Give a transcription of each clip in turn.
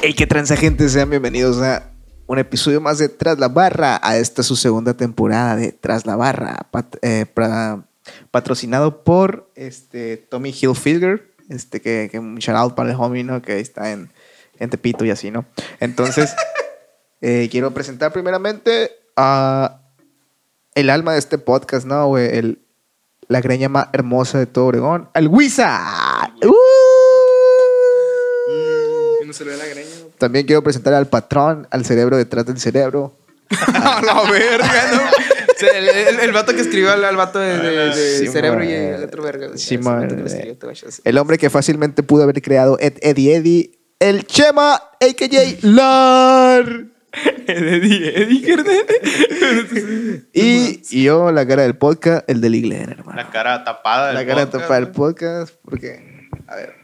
Hey, qué transa gente, sean bienvenidos a un episodio más de Tras la Barra, a esta su segunda temporada de Tras la Barra, pat- eh, pra- patrocinado por este, Tommy Hilfiger, este, que, que un shout out para el homie, ¿no? Que está en, en Tepito y así, ¿no? Entonces, eh, quiero presentar primeramente a el alma de este podcast, ¿no? güey? El, la greña más hermosa de todo Oregón, al Huiza. ¡Uh! Y no se le ve la greña. ¿no? También quiero presentar al patrón, al cerebro detrás del cerebro. A la verga, ¿no? O sea, el, el- el vato que escribió al, al vato de, de- de Simón. cerebro y el otro verga. güey. Ah, Ese Simón. vato que lo escribió, te vayas. El hombre que fácilmente pudo haber creado Ed Eddie Eddie, el Chema, a.k.a. LAR. Eddie, Eddie, ¿qué era? Y, y yo, la cara del podcast, el del Igler, hermano. La cara tapada. La, del cara podcast, tapada del güey. podcast, porque, a ver,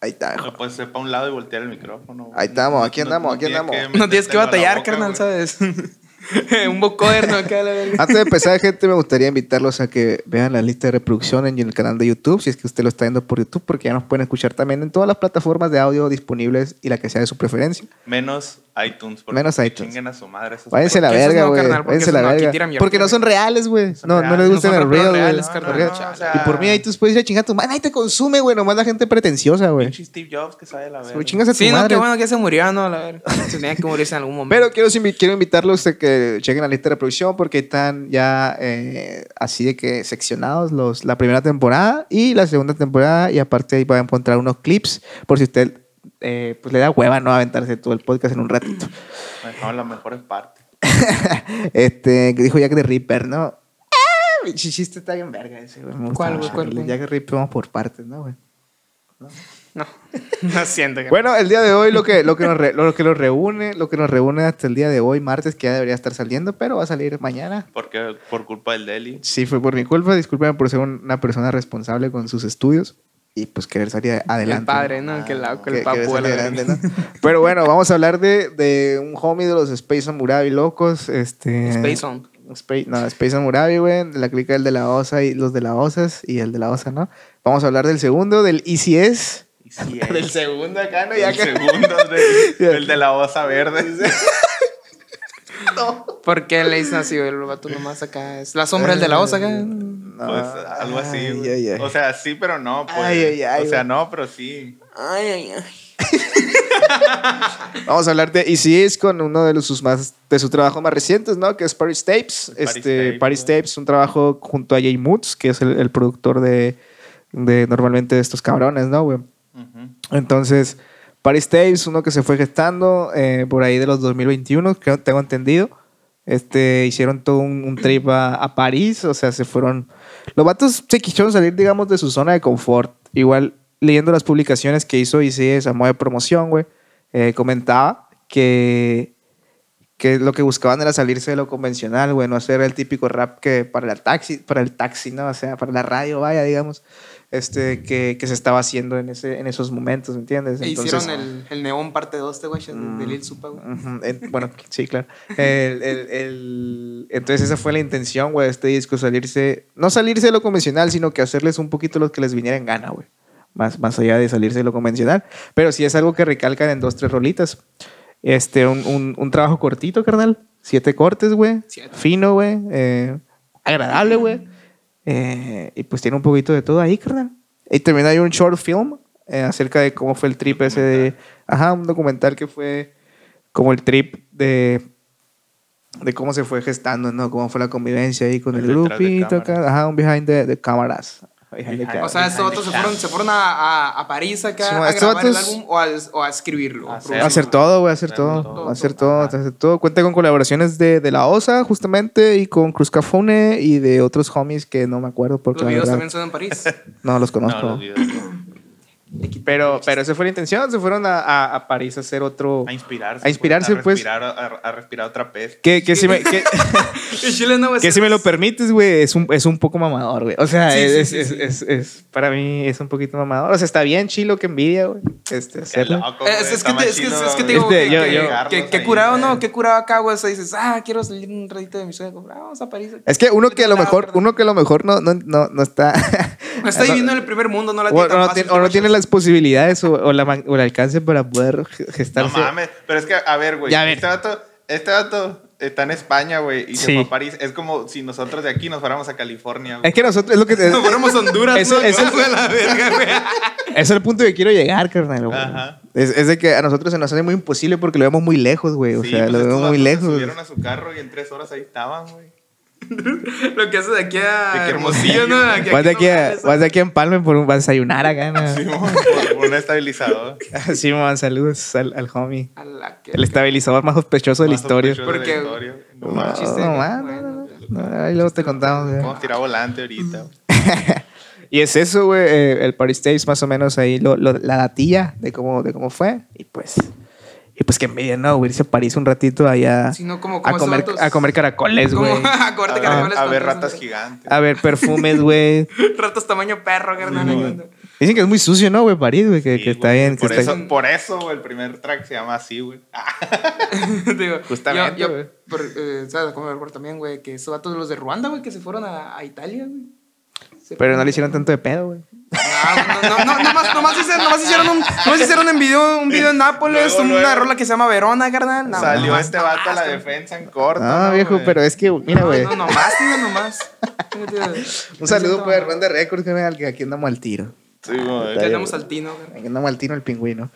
ahí está. No puedes ser para un lado y voltear el micrófono. güey. Ahí estamos, No- aquí no- andamos, no aquí tienes andamos. que No tienes que metértelo a la batallar, boca, carnal, güey. ¿sabes? Un bocoder, ¿no? Acá, la verga. Antes de empezar, gente, me gustaría invitarlos a que vean la lista de reproducción en el canal de YouTube, si es que usted lo está viendo por YouTube, porque ya nos pueden escuchar también en todas las plataformas de audio disponibles y la que sea de su preferencia. Menos iTunes. porque Menos que iTunes. Chinguen a su madre. Pues, esos- Váyanse a la Porque esos verga, no, güey. carnal, porque Váyanse a la esos no, aquí verga. tiran mierda, porque no son reales, güey. No, no les reales, gustan no los son real, güey. reales, No, carnal. real. No, o Y sea- por mí ahí tú puedes ir a chingar a tu madre. Ahí te consume, güey. Nomás la gente pretenciosa, güey. Pinche Steve Jobs que sabe la verga. Pero chingas a tu Sí, no, madre. qué bueno que se murió, ¿no? La verga. Se tenía que morirse en algún momento. Pero quiero, invi- quiero invitarlos a que chequen la lista de reproducción porque están ya eh, así de que seccionados los, la primera temporada y la segunda temporada. Y aparte ahí va a encontrar unos clips por si usted eh, pues le da hueva no aventarse todo el podcast en un ratito. Me dejaron las mejores partes. Este, que dijo Jack the Ripper, ¿no? ¡Ah! Mi chiste está bien verga ese, güey. Me gusta ¿Cuál, güey? mucho. ¿Cuál, El de güey? Jack the Ripper, vamos por partes, ¿no, güey? No, no siento, carnal. Bueno, el día de hoy lo que, lo, que nos re- lo que nos reúne, lo que nos reúne hasta el día de hoy, martes, que ya debería estar saliendo, pero va a salir mañana. Porque por culpa del Deli. Sí, fue por mi culpa, discúlpeme por ser un- una persona responsable con sus estudios y pues querer salir a- adelante. Ah, El padre, ¿no? Que el, la- que el Que- que papu. ves la el verga. grande, ¿no? Pero bueno, vamos a hablar de, de un homie de los Space Samurai locos. Este, Space Song. Space, no, Space Samurai, güey. La clica del de la osa y los de la osas y el de la osa, ¿no? Vamos a hablar del segundo, del E ECS. Y sí, es. Del segundo acá, ¿no? Ya El que... segundo, del el de la osa verde. ¿Por qué le dicen así, güey? El vato nomás acá. Es la sombra del Eh. de la osa acá. No, Pues algo así. Ah, ay, güey. ay, ay. O sea, sí, pero no. Pues. Ay, ay, ay, o sea, güey. no, pero sí. Ay, ay, ay. Vamos a hablar de ECS con uno de los- sus más de sus trabajos más recientes, ¿no? Que es Paris Tapes. Paris este Tapes, Paris güey. Tapes, un trabajo junto a Jay Moods, que es el, el productor de, de normalmente de estos cabrones, ¿no, güey? Ujú. Entonces, Paris Tapes, uno que se fue gestando eh, por ahí de los 2021, que tengo entendido. Este, hicieron todo un, un trip a, a París, o sea, se fueron... Los vatos se quisieron salir, digamos, de su zona de confort. Igual, leyendo las publicaciones que hizo ICS a modo de promoción, güey, eh, comentaba que, que lo que buscaban era salirse de lo convencional, güey, no hacer el típico rap que para el taxi, para el taxi, ¿no? O sea, para la radio, vaya, digamos este, que, que se estaba haciendo en, ese, en esos momentos, ¿entiendes? E Entonces- ah. Mm. Hicieron el, el Neón parte 2 de Guachas de Lil Supa, güey. Ujú, en- bueno, sí, claro. El- el- el- entonces esa fue la intención, güey, de este disco, salirse, no salirse de lo convencional, sino que hacerles un poquito lo que les viniera en gana, güey. Más, más allá de salirse de lo convencional. Pero sí es algo que recalcan en dos, tres rolitas. Este, un, un- un trabajo cortito, carnal. Siete cortes, güey. Siete. Fino, güey. Eh, agradable, güey. Eh, y pues tiene un poquito de todo ahí, carnal. Y también hay un short film eh, acerca de cómo fue el trip ese de... Ajá, un documental que fue como el trip de... De cómo se fue gestando, ¿no? Cómo fue la convivencia ahí con El el detrás de grupito acá. cámaras. Ajá, un behind the, the cameras. Behind the O cameras. O sea, estos Behind otros the se fueron, cam. se fueron a, a, a París acá Sí, este a estos grabar el vatos- álbum o a, o a escribirlo. A producirlo. Hacer todo, güey, hacer Hacer todo. todo. Hacer todo, Ajá. hacer todo. Cuenta con colaboraciones de, de la OSA, justamente, y con Cruz Cafone y de otros homies que no me acuerdo porque Los la videos verdad, también son en París. no los No, conozco. los videos no. pero, Pues, pero esa fue la intención, se fueron a, a- a París a hacer otro... A inspirarse. A inspirarse, pues. A respirar, a- a respirar otra pez. Que, que si me, que, En Chile no, güey. que si me lo permites, güey, es un, es un poco mamador, güey. O sea, Sí, sí, es, sí, es- sí. es- es- para mí es un poquito mamador. O sea, está bien chilo, que envidia, güey. Este, hacerlo. Eh, Es, es que te, es, que, es que te digo, Este, que, yo- que- yo- que- que curado, ¿no? Que curado acá, güey. O sea, dices, ah, quiero salir un ratito de mi sueño. Ah, vamos a París. Es que uno que a lo Claro, mejor, perdón. uno que a lo mejor no, no, no, no está, No está viviendo en el primer mundo, no la O, tiene tan no, fácil. tiene- o no tiene las posibilidades o, o la man- o el alcance para poder ge- No gestarse. mames, pero es que, a ver, güey. Ya, a ver. Este dato, este vato está en España, güey, y se Sí. fue a París. Es como si nosotros de aquí nos fuéramos a California, güey. es que nosotros, es lo que. Es, Nos fuéramos a Honduras, Eso- ¿no? eso- Nos fue a la verga, güey. es el punto que quiero llegar, carnal. güey. Ajá. Es, es de que a nosotros se nos hace muy imposible porque lo vemos muy lejos, güey. Eh, O Sí, sea, pues lo estos vemos muy vatos se lejos. Subieron a su carro y en tres horas ahí estaban, güey. Lo que hace de aquí De a qué Hermosillo, Hermosillo, ¿no? güey. Aquí- Vas de no aquí a, mames, vas de aquí a Empalme por un, vas a desayunar acá. Sí, ¿no? por- por un estabilizador. Sí, man, saludos al, al homie. A la que... El estabilizador más sospechoso de la Más historia. sospechoso de la Porque- historia. No No, mames. chiste, no, ¿no? man, Bueno, no, no, no, Ahí luego te contamos. güey. Vamos a tirar volante ahorita. güey. Y es eso, güey, eh, el Paris Days más o menos ahí, lo- lo- la datilla de cómo, de cómo fue. Y pues, y pues que envidia, ¿no? güey? Irse a París un ratito allá Si no, como, como a, comer, esos vatos- a comer caracoles, como- güey. a A comerte ver, caracoles Ah, a con ver todo eso. ratas gigantes. A ver perfumes, güey. Ratas tamaño perro, carnal. Sí, ahí güey. anda. Dicen que es muy sucio, ¿no, güey? París, güey, que, Sí, que está güey. bien. Que Por está eso, por eso, güey, el primer track se llama así, güey. Ah, Digo, Justamente, yo- yo, güey. por, eh, ¿Sabes cómo me acuerdo también, güey? Que esos vatos de los de Ruanda, güey, que se fueron a, a Italia, güey. Pero Se no fueron- Ah, le hicieron tanto de pedo, güey. No, no, no, no, nomás, nomás hicieron, nomás hicieron un, nomás hicieron un video, un video en Nápoles, Luego, una luego. rola que se llama Verona, carnal. No, Salió nomás, este vato a la nomás, defensa en corto. No, Ah, viejo, güey? pero es que, mira, No, güey. no, nomás, tío, nomás. Un saludo pues, para Ronda Records, que al que aquí andamos al tiro. Sí, güey. Tenemos al Tino, güey. Aquí andamos al tiro el pingüino.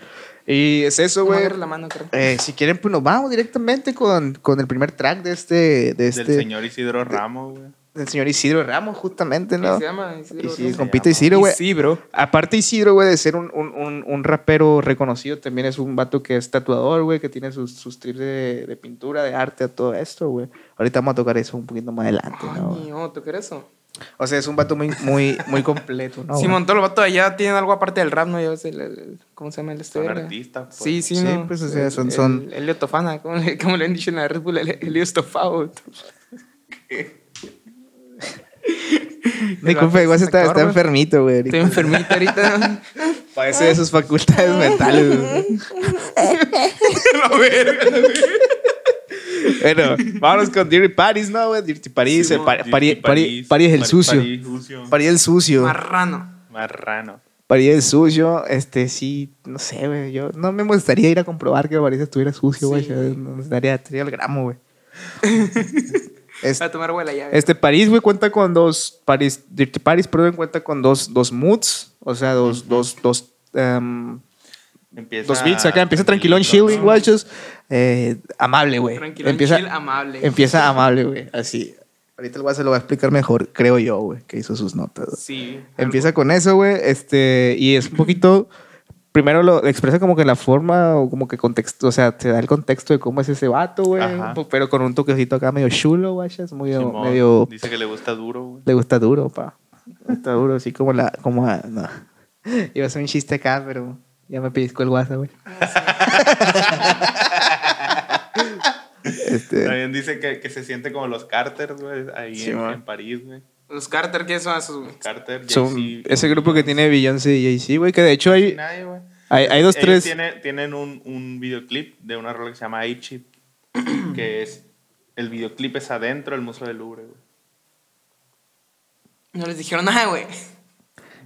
Y es eso, Vamos a güey. darle la mano, carnal. Eh, si quieren, pues nos vamos directamente con, con el primer track de este, de este Del señor Isidro Ramos, güey. del señor Isidro Ramos, justamente, ¿Qué ¿no? se llama? Y Isidro sí, Ramos. compite llama. Isidro, güey. Isidro. Aparte Isidro, güey, de ser un, un, un, un rapero reconocido, también es un vato que es tatuador, güey, que tiene sus, sus trips de, de pintura, de arte, todo esto, güey. Ahorita vamos a tocar eso un poquito más adelante, Ay, ¿no? güey? no, ¿tú crees eso? O sea, es un vato muy, muy, muy completo, ¿no? güey? Simón, todos los vatos allá tienen algo aparte del rap, ¿no? Ya ves el- el- ¿Cómo se llama el este? Son verga? artistas, pues. Sí, sí, Sí, ¿no? pues, o sea, El- son- son- El, Elio Tofana, como le, como le han dicho en la Red Bull, el, Elio Estofado. Disculpe, igual está, está enfermito, güey. ahorita. Estoy enfermita ahorita. Parece de sus facultades mentales, güey. la verga. Bueno, vámonos con Dirty Paris, ¿no, güey? Dirty Paris. Sí, eh, mo- Pari- Sí, Pari- Pari- Paris el Pari- sucio. París sucio. Paris el sucio. Marrano. Marrano. París el sucio, este sí, no sé, güey. Yo no me gustaría ir a comprobar que París estuviera sucio, güey. Sí. yo No me daría, daría el gramo, güey. Es- A tomar huela ya. este París, güey, cuenta con dos. París, Dirty Paris, perdón, cuenta con dos, dos moods. O sea, dos, dos, dos. em, Empieza dos beats acá. Empieza tranquilito, tranquilón, chilling, ¿no? guachos. Eh, amable, güey. Tranquilo, Empieza, chill, amable. empieza amable, güey. Así. Ahorita el güey se lo va a explicar mejor, creo yo, güey, que hizo sus notas. güey. Sí. Empieza con eso, güey. Este, y es un poquito. Primero lo expresa como que la forma o como que contexto, o sea, te da el contexto de cómo es ese vato, güey. Ajá. po- Pero con un toquecito acá medio chulo, güey. Es muy Simón. medio. Dice que le gusta duro, güey. Le gusta duro, pa. Le gusta duro, así como la. Como a- no. Iba a hacer un chiste acá, pero ya me pellizcó el WhatsApp, güey. este. También dice que, que se siente como los Carter, güey, ahí en, Simón. en París, güey. Los Carter, ¿qué son esos, güey? Carter, son- Jay-Z, ese grupo que tiene Beyoncé y Jay-Z, güey, que de hecho hay, Nadie, güey. hay, hay dos, Ellos tres. tiene- tienen un, un videoclip de una rola que se llama A-Chip, que es. El videoclip es adentro del Museo del Louvre, güey. No les dijeron nada, güey.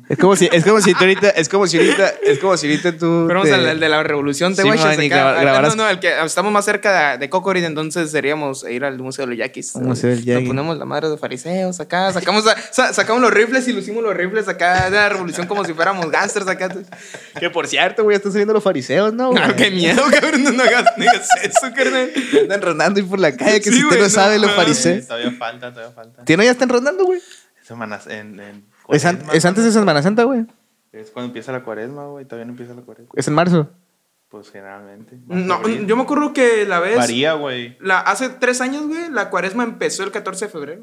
Es como si, es como si tú ahorita, es como si ahorita, es como si ahorita tú. Pero vamos te- al, al de la revolución, te Sí, guachas man, y acá. graba- Ah, grabarás- No, no, el que estamos más cerca de, de Cocorit, entonces seríamos ir al Museo de los Yaquis. Al Museo del Nos Yaqui. ponemos la madre de fariseos acá, sacamos, a- sa- sacamos los rifles y lucimos los rifles acá de la revolución como si fuéramos gángsters acá. Que por cierto, güey, están saliendo los fariseos, ¿no? güey? No, qué miedo, cabrón, no hagas, no hagas eso, carnal. Andan rondando ahí por la calle, que Sí, si usted güey, no no sabe, los mames. Eh, fariseos. Todavía falta, todavía falta. ¿Tiene ya están rondando, güey? Semanas en. en Es, an- cuaresma, es antes de Semana Santa, güey. Es cuando empieza la cuaresma, güey. Todavía no empieza la cuaresma. Es en marzo. Pues generalmente. No, yo me acuerdo que la vez... Varía, güey. La, hace tres años, güey, la cuaresma empezó el 14 de febrero.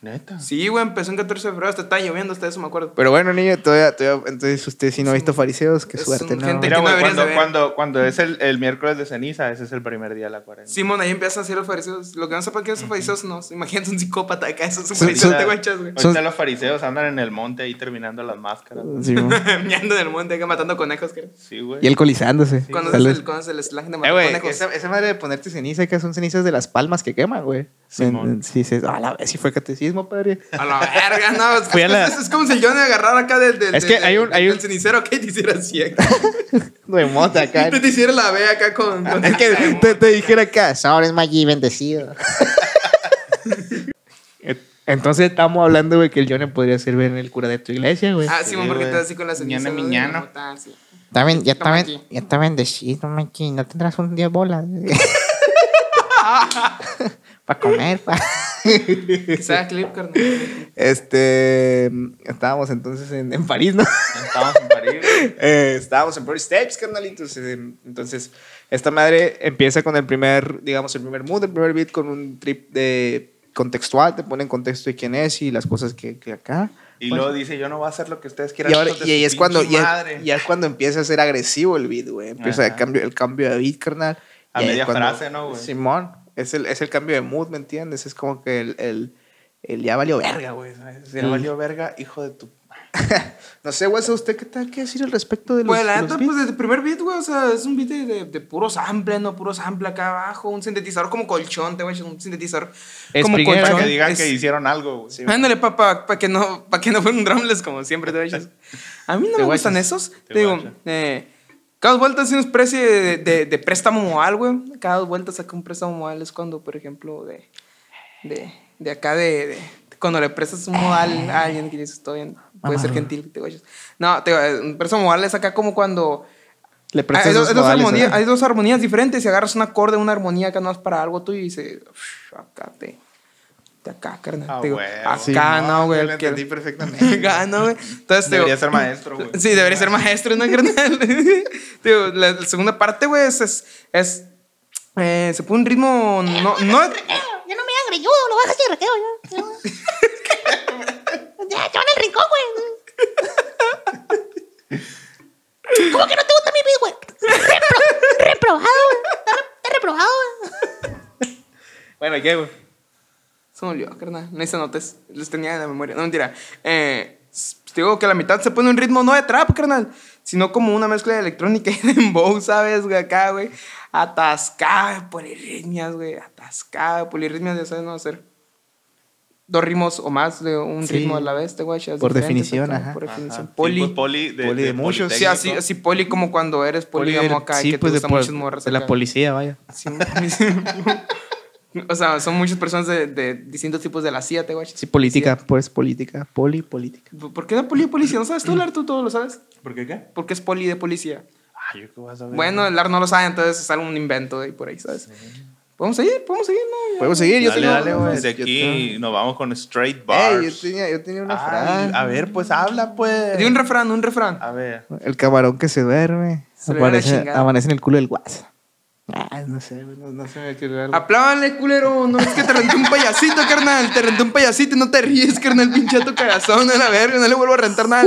Neta. Sí, güey, empezó el 14 de febrero, hasta estaba lloviendo, hasta eso me acuerdo. Pero bueno, niño, todavía, todavía entonces usted si no ha visto fariseos, qué es suerte, un ¿no? gente- que Mira, no güey, deberías cuando, de ver. cuando, cuando es el, el miércoles de ceniza, ese es el primer día de la cuarentena. Simón, ahí empiezan a ser los fariseos. Lo que no sepan que son fariseos, no. Imagínate un psicópata acá, esos son Son- fariseos son- de guachas, güey. Ahorita Son- los fariseos andan en el monte ahí terminando las máscaras. Sí, güey. Meando en el monte acá matando conejos, creo. Sí, güey. y alcoholizándose. ¿Conoces Salud. el, conoces el slang de Eh, matar güey, conejos? esa, esa madre de ponerte ceniza, que son cenizas de las palmas que queman, güey. Simón. En- sí, sí, a la vez, sí fue catecismo, padre. A la verga, no. Es, Fui a la- es- es como si el Johnny agarrara acá del. del- Es que del- hay un- hay del un- cenicero que te hiciera así. acá. De mota acá. Te hiciera la B acá con. con- es que te, te dijera acá, ahora es Maggi bendecido. Entonces estamos hablando, güey, que el Johnny podría ser en el cura de tu iglesia, güey. Ah, sí, Sí, porque güey. está así con la ceniza. Ñano, güey, miñano. como tal, sí. Está ben- ya, está No, ben- Maggi. ya está bendecido, Maggi. No tendrás un día bola. Para comer, pa. Que sea clip, carnal. Este. Estábamos entonces en, en París, ¿no? Estábamos en París. güey. Eh, estábamos en París Steps, carnalitos. eh, Entonces, esta madre empieza con el primer, digamos, el primer mood, el primer beat, con un trip de contextual, te pone en contexto de quién es y las cosas que, que acá. Y Pues- luego dice, yo no voy a hacer lo que ustedes quieran. Y, ahora, hijos de y ahí su es cuando, pinche ya, madre". ya es cuando empieza a ser agresivo el beat, güey. Empieza el Ajá. cambio, el cambio de beat, carnal. A Y ahí media es cuando- frase, ¿no, güey? Simón, es el, es el cambio de mood, ¿me entiendes? Es como que el, el, el ya valió verga, güey. ¿sabes? Se El- valió verga, hijo de tu... No sé, güey, ¿usted qué tal que decir al respecto de los, Pues la los neta, beats? pues desde el primer beat, güey, o sea, es un beat de, de, de puro sample, no puro sample acá abajo, un sintetizador como colchón, te voy a echar un sintetizador como Springer, Para Yo- que digan Es- que hicieron algo, güey. Ándale, papá, para que no, pa que no fueran drumless como siempre, te voy a echar. A mí no Te me voy a gustan echar. esos, Te te digo, voy a echar. eh, cada dos vueltas hace un precio de, de, de préstamo modal, güey, cada dos vueltas saca un préstamo modal, es cuando, por ejemplo, de, de, de acá de... de- cuando le prestas un modal a alguien que dices, todo bien, puede ser Mamador. gentil, te voy a echar. No, te digo, eh, un préstamo modal es acá como cuando pues, ah, Le hay, prestas esos dos, hay dos modales, armonía- ¿verdad? hay dos armonías diferentes. Si agarras un acorde, una armonía acá no es para algo tuyo y se. uff, acá te. te acá, carnal. Ah, Te digo, güey. acá Sí, no, güey. yo lo que- entendí perfectamente. Acá no, güey. Entonces, te digo, Debería ser maestro, güey. Sí, debería ser maestro, ¿no, carnal? Te digo, la, la segunda parte, güey, es. es, es, eh, se pone un ritmo. No, no, Yo Eh, no me agregó, lo bajaste de raqueo ya. Ya, ya en el rincón, güey. ¿Cómo que no te gusta mi beat, güey? Repro- reprobado, güey. Está re- Está reprobado, güey. Bueno, ¿y ¿qué, güey? Se me olvidó, carnal. No hice notas. Los tenía en la memoria. No, mentira. Eh, s- te digo que a la mitad se pone un ritmo no de trap, carnal. Sino como una mezcla de electrónica y dembow, ¿sabes? Güey, acá, güey. Atascada de polirritmias, güey. Atascada de polirritmias. Ya sabes, no hacer dos ritmos o más de un Sí. ritmo a la vez, te güey. ya es Por diferente, definición, acá, ajá. Por definición. Ajá. Poli. Sí, pues, poli de, Poli de muchos. Sí, así, así poli como cuando eres polígamo acá y sí, que pues te de, gustan pol- muchas morras de la acá. policía, vaya. Sí, sí. o sea, son muchas personas de, de distintos tipos de la CIA, te guachas. Sí, política, pues política, poli, política. ¿Por qué da poli de policía? ¿No sabes tú, Lar? ¿Tú todo lo sabes? ¿Por qué qué? ¿Por qué es poli de policía? Ah, yo qué vas a ver. Bueno, Lar no lo sabe, entonces es algún invento de ahí por ahí, ¿sabes? ¿Podemos seguir? ¿Podemos seguir? No, ya. Podemos seguir, yo dale, tenía, dale, güey. Desde yo aquí nos vamos con straight tenía- bars. Ey, yo tenía, yo tenía una Ay, frase. a ver, pues habla, pues. Di un refrán, un refrán. A ver. El camarón que se duerme. Se le va la aparece, chingada. amanece en el culo del guas. Ah, no sé, güey, no, no sé me quiere dar. Aplábanle, culero. No es que te renté un payasito, carnal. Te renté un payasito y no te ríes, carnal. Pinche tu cagazón a la verga. No le vuelvo a rentar nada.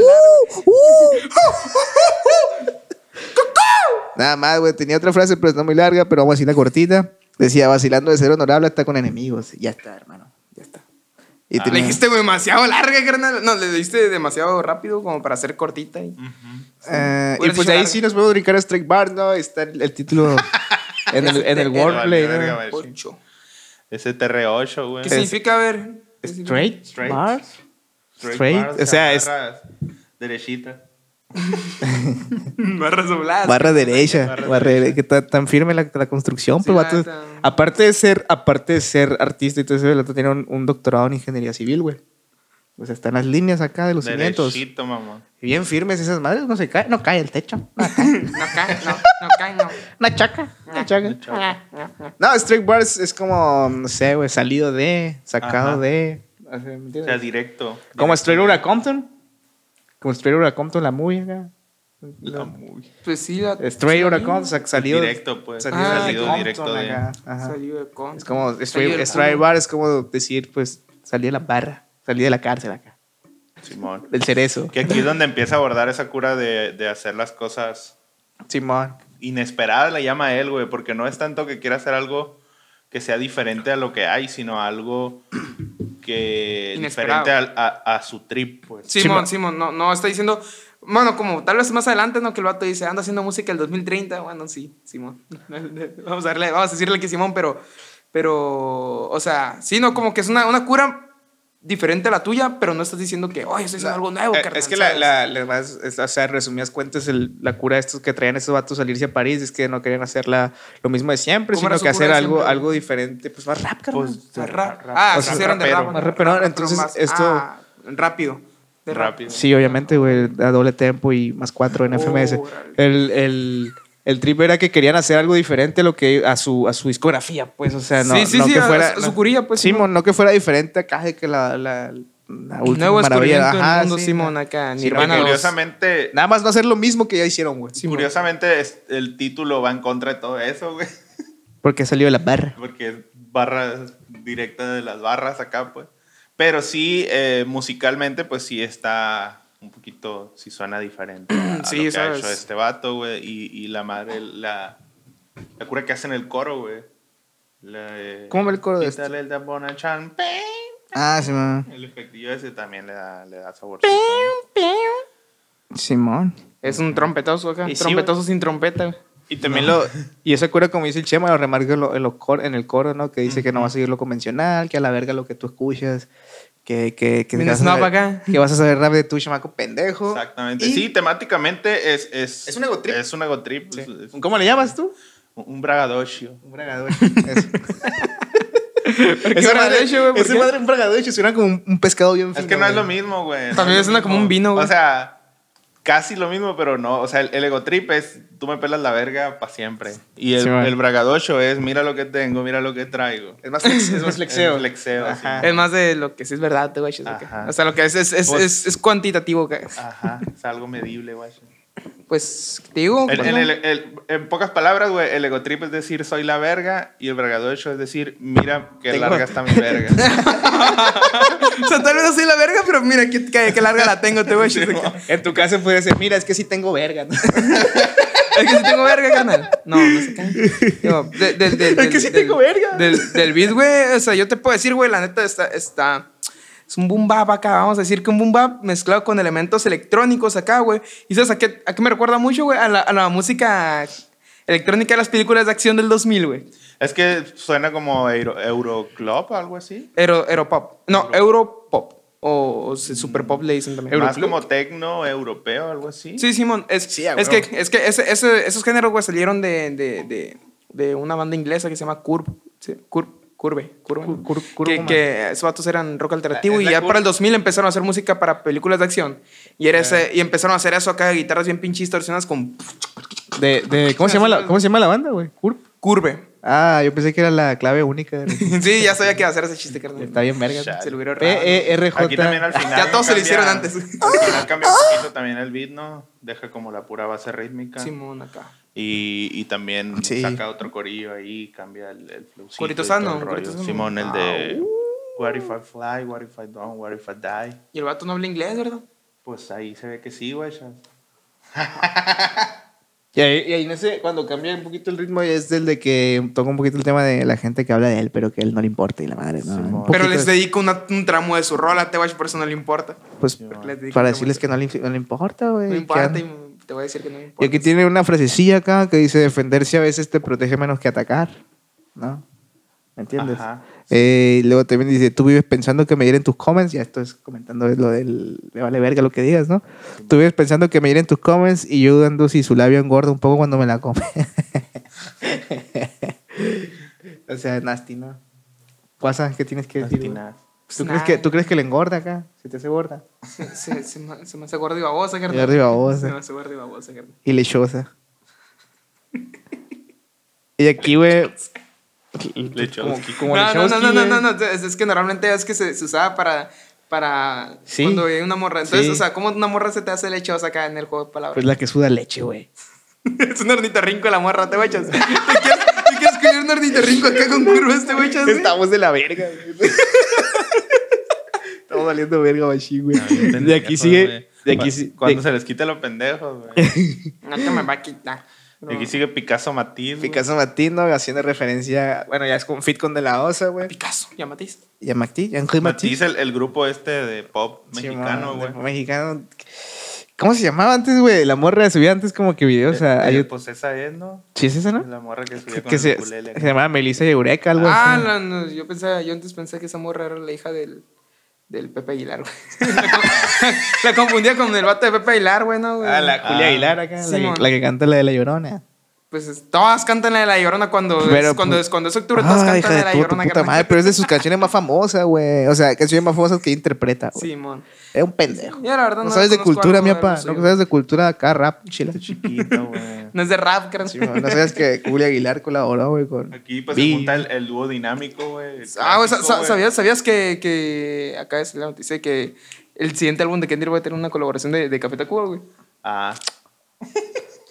Nada más, güey. Tenía otra frase, pero está muy larga, pero vamos a decirla cortita. Decía, vacilando de ser honorable hasta con enemigos. Ya está, hermano. Ya está. Y Le Ah. tenía- dijiste demasiado larga, carnal. No, le diste demasiado rápido como para ser cortita. Y... Eh, y Hubieras pues dicho ahí larga. sí nos podemos brincar a Strike Bar, ¿no? Está el, el título en el, en el Este, Wordplay, vale, verga, ¿no? vale. Ocho. Ese TR8, güey. ¿Qué significa, a ver? ¿Qué significa? Straight, Straight. Bars. straight? bars, O sea, es- agarras Derechita. Barras dobladas. Barra derecha, Barra barra derecha. dere- que está tan firme la, la construcción, Sí, pero la vato- neta. aparte de ser, aparte de ser artista y todo eso, el vato tiene un, un doctorado en ingeniería civil, güey. O sea, están las líneas acá de los cimientos. Derechito, mamá. Bien firmes esas madres, no se cae, no cae el techo. No cae, no, no cae, no. Una chaca, una chaca. Chaca. No, Strike Bars es como, no sé, güey, salido de, sacado Ajá. de. O sea, ¿me O entiendes? sea, directo. Como Directo. Straight Outta Compton. Como Straight Outta Compton, la movie acá. La movie. Pues sí, la. Straight Outta Compton, sa- salido. Directo, pues. Salido, Ah, de salido Compton directo de- acá. Ajá. Salió de con. Es como, Salió Straight, del Straight culo. Bar es como decir, pues, salí de la barra, salí de la cárcel acá, Simón. del cerezo. Que aquí es donde empieza a abordar esa cura de, de hacer las cosas Simón. inesperadas, la llama él, güey, porque no es tanto que quiera hacer algo que sea diferente a lo que hay, sino algo que Inesperado. diferente al- a, a su trip, pues. Simón, Simón. Simón, no, no, está diciendo. Bueno, como tal vez más adelante, ¿no? Que el vato dice, anda haciendo música el 2030. Bueno, sí, Simón. Vamos a, darle, vamos a decirle que Simón, pero Pero, o sea, sí, no, como que es una, una cura diferente a la tuya, pero no estás diciendo que, oye, estoy haciendo algo nuevo, Eh, carnal", Es que la, ¿sabes? la, la más- es- o sea, en resumidas cuentas, el- la cura de estos que traían esos vatos a salirse a París es que no querían hacer la- lo mismo de siempre, sino ¿Cómo era su que cura hacer de algo, siempre? algo diferente, pues más rap, carnal. Pues, De de rap. ra- Ah, rapero. sí, sí, eran de rap. Rapero. Más rapero, Pero entonces, más- esto- ah, rápido. De rap. Rápido. Sí, obviamente, güey, a doble tempo y más cuatro en FMS. Órale. El, el, el trip era que querían hacer algo diferente a, lo que, a, su, a su discografía, pues, o sea, no, Sí, sí, no sí, que a- fuera... a su no- curilla, pues, Simón, Simón. no que fuera diferente acá de que la, la, la última maravilla. Nuevo descubrimiento del Ajá, mundo, sí, Simón, na- acá. Sí, Nirvana porque dos. Curiosamente, Nada más no hacer lo mismo que ya hicieron, güey. curiosamente es- el título va en contra de todo eso, güey. Porque salió de la barra. Porque es barra directa de las barras acá, pues. Pero sí, eh, musicalmente, pues sí está un poquito, sí suena diferente a, a Sí, lo que sabes. ha hecho este vato, güey. Y, y la madre, la, la cura que hace en el coro, güey. La de, ¿Cómo va el coro de este? esto? Quítale el tapón a Chan, ¡ping! Ah, Simón. El efectillo ese también le da, le da sabor. Simón. Es un trompetazo acá. Y sí, trompetazo sin trompeta. güey. Y también lo. Y esa cura, como dice el Chema, lo remarca en, lo- en los cor- en el coro, ¿no? Que dice que no vas a seguir lo convencional, que a la verga lo que tú escuchas, que. que, que, Bien vas, a snob saber- acá. que vas a saber rap de tu chamaco pendejo. Exactamente. Y- Sí, temáticamente es. Es, Es un ego trip. Es un ego trip. es- es un, pues, ¿Cómo le llamas tú? un bragadocio. Un bragador. Eso. Esa madre- esa ese madre- madre, un bragador, suena como un, un pescado bien Es fino, que no es lo güey. mismo, güey. También No es lo suena como mismo. un vino, güey. O sea, casi lo mismo, pero no. O sea, el, el ego trip es tú me pelas la verga para siempre. Y el, Sí, man. el bragadocio es mira lo que tengo, mira lo que traigo. Es más, flex- es más flexeo. Es flexeo, sí. Ajá. Es más de lo que sí es verdad, güey. es lo que- Ajá. O sea, lo que es es, es, Pues- es- es cuantitativo. güey. Ajá, es algo medible, güey. Pues, te digo. El- el- carnal. el- el- en pocas palabras, güey, el ego trip es decir soy la verga y el bragadocio es decir mira qué Tengo- larga está mi verga. O sea, tal vez no soy la verga, pero mira qué, qué- qué larga la tengo, te voy a decir. Es En tu caso puede ser, mira, es que sí tengo verga. ¿no? que sí tengo verga, carnal. No, no sé qué. Digo, de- del- del- Es que sí del- del- tengo verga. Del, del beat, güey. O sea, yo te puedo decir, güey, la neta está. está es un boom bap acá, vamos a decir que un boom bap mezclado con elementos electrónicos acá, güey. ¿Y sabes a qué, a qué me recuerda mucho, güey? A la, a la música electrónica de las películas de acción del 2000, güey. Es que suena como Euro, Euroclub o algo así. Euro, Europop. No, Europop. O, o Super Pop le dicen también. Más como tecno europeo, algo así. Sí, Simón. Es, Sí, a es que, huevo. es que ese- ese- esos géneros, güey, salieron de, de, de, de una banda inglesa que se llama Curve. sí, Curve. Curve, Curve, Cur- cur- Que- Curve, que, man. esos vatos eran rock Ah, alternativo Es y la ya Curve. para el 2000 empezaron a hacer música para películas de acción y, era ese- y empezaron a hacer eso acá, guitarras bien pinches distorsionadas con De, de, ¿cómo, se llama la, ¿Cómo se llama la banda, güey? Curp. Curve. Ah, yo pensé que era la clave única. de- sí, ya sabía que iba a hacer ese chiste, carnal. Está bien, eh, verga. E Chale. Se lo hubiera ahorrado. P-E-R-J. Aquí también al final. Ya todos se lo hicieron antes. Al final cambia un poquito también el beat, ¿no? Deja como la pura base rítmica. Simón acá. Y, y también Sí. saca otro corillo ahí, cambia el, el flowcito y Corito todo sano, el rollo. corito sano. Simón, el de Ah, uh. What if I fly, what if I don't, what if I die. Y el vato no habla inglés, ¿verdad? Pues ahí se ve que sí, güey. ya. Y ahí, y ahí en ese, cuando cambia un poquito el ritmo, es del de que toca un poquito el tema de la gente que habla de él, pero que él no le importa y la madre, ¿no? Un Pero poquito les de- dedico una- un tramo de su rola, te guacho, por eso no le importa. Pues les dedico para una decirles que no le, no le importa, güey. No que importa, han- y me- te voy a decir que no me importa. Y aquí tiene una frasecilla acá que dice, defenderse a veces te protege menos que atacar, ¿no? ¿Me entiendes? Ajá. Eh, y luego también dice, tú vives pensando que me hieren tus comments, ya esto es comentando lo del, me vale verga lo que digas, ¿no? Tú vives pensando que me hieren tus comments y yo dudando si su labio engorda un poco cuando me la come. o sea, nasty, ¿no? Guasa, ¿qué tienes que decir? güey? Nada. ¿Tú, crees que, ¿Tú crees que le engorda acá? ¿Se te hace gorda? Se, se- se me, se me hace gordo y babosa, carnal. Gordo y babosa. Se me hace gordo y babosa, carnal. y lechosa. y aquí, güey. Lechowski. Como, como no, no, no, Lechowski, no, no, güey. no, no, Es, es que normalmente es que se, se usaba para. para Sí. Cuando hay una morra. Entonces, Sí. o sea, ¿cómo una morra se te hace lechosa acá en el juego de palabras? Pues la que suda leche, güey. es un ornitorrinco la morra, te guachas. ¿Te quieres, te quieres coger un ornitorrinco acá con curvas, te guachas? güey? Estamos de la verga, güey. Estamos valiendo verga, machín, güey. De aquí sigue. De aquí sí- Cuando de- se les quite los pendejos, güey. No te me va a quitar. De aquí sigue Picasso Matiz. güey. Picasso Matino haciendo referencia. Bueno, ya es con Fit con De La Osa, güey. Picasso, ya Matisse. Y a Mati, Jean-Claude Mati. Matiz, el, el grupo este de pop Sí, mexicano, man, güey. Mexicano. ¿Cómo se llamaba antes, güey? La morra subía antes como que videos a, a Eh, eh, YouTube. pues esa es, ¿no? ¿Sí es esa, no? La morra que Que, subió que con se, el ukulele. se llamaba Melissa Eureka, algo Ah, así. no, no, yo pensaba, yo antes pensé que esa morra era la hija del, del Pepe Aguilar, güey. La co- la confundía con el vato de Pepe Aguilar, güey, ¿no, güey? Ah, la Julia Ah. Aguilar acá, la Simón. que, la que canta la de La Llorona. Pues es- todas cantan la de la llorona cuando, es- Pero, cuando, pues- es, cuando es octubre, todas Ah, cantan la de la tu- tu llorona. puta carnal. madre, pero es de sus canciones más famosas, güey. O sea, canciones más famosas que ella interpreta, güey. Simón. Es un pendejo. Yo, la verdad, no, no sabes de conozco cultura, algo mi de lo papá. No suyo. sabes de cultura acá, rap, chila. este Chiquito, güey. No es de rap, carnal. Sí, no no sabes que Julia Aguilar colaboró, güey, con... Aquí pues Vi. se junta el, el dúo dinámico, güey. Ah, güey, sa- clásico, sa- güey. ¿sabías, sabías que, que acá es la noticia de que el siguiente álbum de Kendrick va a tener una colaboración de, de Café Tacuba, güey? Ah,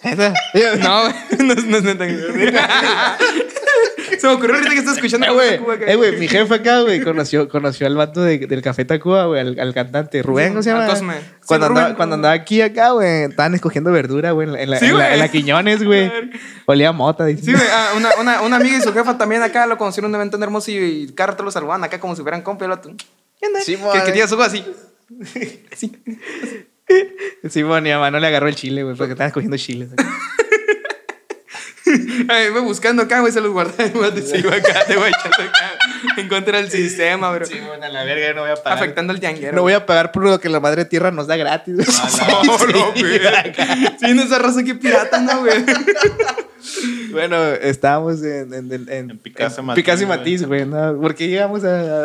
¿Neta? No, güey, no, es- no es neta. güey. Se me ocurrió ahorita que estás escuchando Eh, Café güey, Tacuba, eh, güey, mi jefe acá, güey, conoció, conoció al vato de- del Café Tacuba, güey, al, al cantante Rubén, ¿cómo se Al llama? Cosme. Cuando, Sí, andaba, Rubén. cuando andaba aquí acá, güey, estaban escogiendo verdura, güey, en la- en la, Sí, en la- güey. en la Quiñones, güey. Olía a mota, dice. Sí, güey, ah, una, una, una amiga y su jefa también acá lo conocieron en un evento en Hermosillo y Carlos lo saludaban acá como si fueran compa y el vato, ¿Qué onda? Sí, que, madre. que tenía su ojo así. Sí. Simón, mi mamá no le agarró el chile, güey, porque estaban escogiendo chiles. Ay, güey, buscando acá, güey, se los guardaba. güey, te sigo acá, te voy echando acá. En contra del sistema, bro. bueno, a la verga yo no voy a parar. Afectando al llanguero. No voy a pagar por lo que la madre tierra nos da gratis, güey. A No, no, güey. Tiene esa raza que pirata, ¿no, güey? Bueno, estábamos en, en, en, en- En Picasso en Matiz, Picasso y güey. Matiz, güey. ¿no? ¿Por qué llegamos a.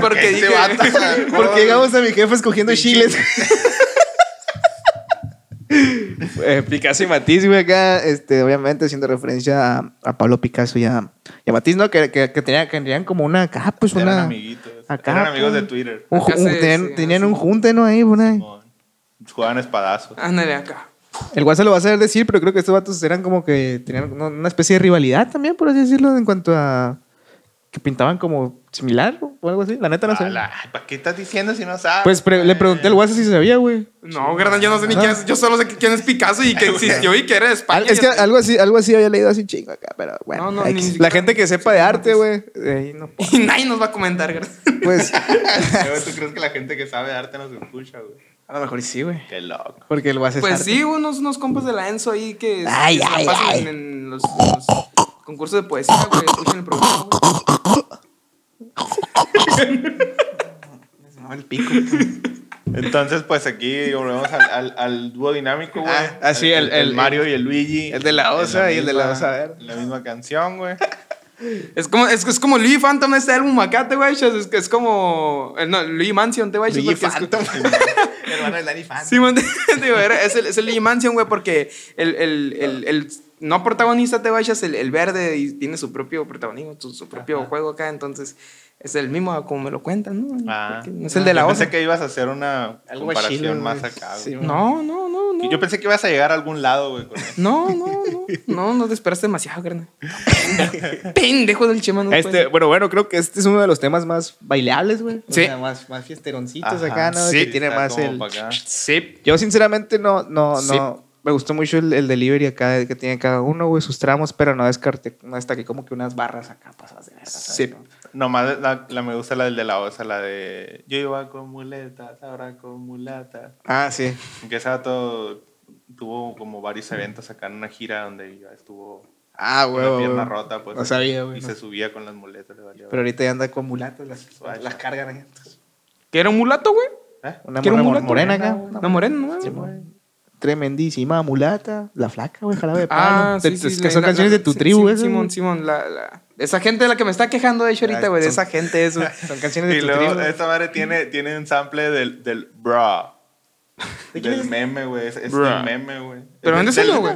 Porque dije. este vato ¿Por qué llegamos a mi jefe escogiendo chiles? Eh, Picasso y Matiz, güey, acá, este, obviamente haciendo referencia a, a Pablo Picasso y a, y a Matiz, ¿no? Que, que, que tenía- que tenían como una acá, pues Eran una. amiguitos. acá, Eran amigos pues. de Twitter. un ju- Acá un- se- tenían sí, tenían así. un junte, ¿no? Ahí, por ahí. Jugaban espadazos. Ah, Ándale acá. El WhatsApp lo va a saber decir, pero creo que estos vatos eran como que tenían una- una especie de rivalidad también, por así decirlo, en cuanto a que pintaban como similar o algo así. La neta no sé. ¿Para qué estás diciendo si no sabes? Pues pre- le pregunté al WhatsApp si sabía, güey. No, carnal, yo no sé ni quién es. Yo solo sé que quién es Picasso y que existió y que era de España. Al- es que algo así, algo así había leído así chingo acá, pero bueno. No, no, X. ni siquiera- la gente que sepa de arte, güey. de ahí no- Y nadie nos va a comentar, carnal. Pues Luego, ¿Tú crees que la gente que sabe de arte nos escucha, güey? a lo mejor y sí, güey. Qué loco. Porque el WhatsApp es Pues arte. sí, unos, unos compas de la Enzo ahí que, Ay, que se la ay, pasan ay. En, en los, en los concursos de poesía, güey. Escuchen el programa. güey. No, el pico. Entonces, pues aquí volvemos al, al, al dúo dinámico, güey. Ah, ah, sí, el- el- Mario y el Luigi. el de la En osa y el de la misma- osa verde. en La misma canción, güey. Es como, es, es como Louis Phantom este álbum acá, te güey. Es, es como. eh, No, Louis Mansion, te güey. Luigi porque es- Phantom. Hermano de Danny Fan. Sí, man, digo, era- es el, es el Lee Mansion, güey, porque el, el, el, el no protagonista te vayas, el, el verde y tiene su propio protagonismo, su, su propio juego acá, entonces es el mismo como me lo cuentan, ¿no? Ah. Porque no es el de la Yo osa. Pensé que ibas a hacer una comparación más acá, güey. No, no, no, no. Yo pensé que ibas a llegar a algún lado, güey. con eso. No, no, no, no, no te esperaste demasiado, carnal. Pendejo del chema, no Este, puede. bueno, bueno, creo que este es uno de los temas más bailables, güey. O Sí. sea, más, más fiesteroncitos Ajá, acá, ¿no? sí, que tiene está más como el. pa' acá. Sí. Yo sinceramente no, no, Sí. no. Me gustó mucho el, el delivery acá que tiene cada uno, güey, sus tramos, pero no descarté, no destaqué como que unas barras acá pasadas de verga, ¿sabes? Sí. Nomás la, la me gusta la del de la osa, la de yo iba con muletas, ahora con mulatas. Ah, sí. Que ese vato tuvo como varios eventos acá en una gira donde ya estuvo Ah, con güey. la güey, pierna güey. rota, pues. No sabía, Y güey. no. se subía con las muletas, le valía. Pero ahorita ya anda con mulatas, las, Vaya. las cargan ahí. ¿Que era un mulato, güey? ¿Eh? Una morra Quiero un mor- mulato. morena acá. No, una moreno, no, morena, güey. güey. Tremendísima mulata. La flaca, güey, jarabe de palo. Ah, sí, Te- sí, es la- que son la- canciones la- de tu sí, tribu, sí, güey. Simón, Simón, la, la- esa gente de la que me está quejando de hecho ahorita, güey, de son- esa gente, eso. Son canciones de Y tu luego tribu. esta madre tiene, tiene un sample del, del bra. quién Del es? meme, güey. Es, es Bra. un meme, güey. ¿Pero Del- dónde del- salió, güey?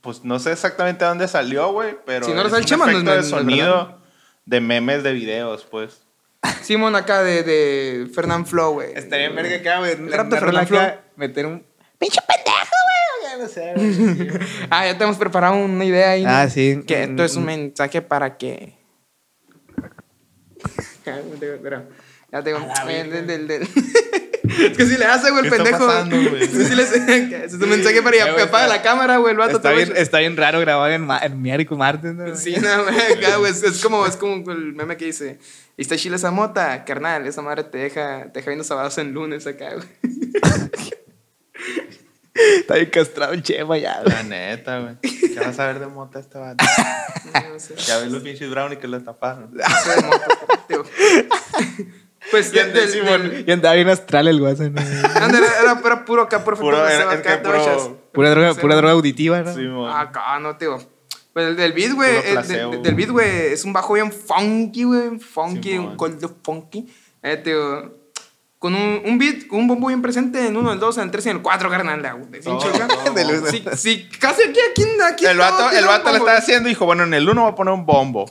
Pues no sé exactamente dónde salió, güey, pero Si no lo es sabe el un Chema, no es efecto de meme, no es sonido de memes de videos, pues. Simón acá de, de Fernán Flow, güey. Estaría en verga acá, güey. rato una rola Fernán Flo. acá, Meter un. Pinche pendejo, güey. Ya no sé, güey. Ah, ya te hemos preparado una idea ahí. ¿no? Ah, sí. Que Mm, esto es un mm. mensaje para que. Ya te digo, pero- ya te digo, el- el- el- el- Es que si le hace, güey, el ¿Qué está pendejo. pasando, güey? Es que sí le hace. Es un mensaje para Ya, que güey, apague está- la cámara, güey, el vato. Está te va a- bien, está bien raro grabar en, ma- en miércoles martes, ¿no? güey? Sí, no, güey, acá, güey, es, es como, es como el meme que dice, "Y está chile esa mota, carnal, esa madre te deja, te deja viendo sábados en lunes acá, güey. Está bien castrado el Chema ya, güey. La neta, güey. ¿Qué vas a ver de mota este vato? No sé. Ya ves los pinches brownies que lo taparon. Eso de motos, tío. Pues Y de, el de Simón. Y andaba bien astral el WhatsApp. era, era- era puro acá, puro efecto Puro, de era- acá, es que te vayas. puro- Pura droga, Sí. pura droga auditiva, ¿no? Sí, mon. Acá, no, tío. Pues el del beat, güey. Puro el placebo. del- Del beat, güey. Es un bajo bien funky, güey. Funky, Simón. un coldo funky. Eh, tío. Con un, un beat, con un bombo bien presente en uno, en el dos, en el tres y en el cuatro, carnal. la- de Todo, cincho, acá. todo, Del uno. Sí, sí, casi aquí, aquí, aquí. Oh, El todo vato, tiene el un vato le bombo. estaba haciendo y dijo, bueno, en el 1 voy a poner un bombo.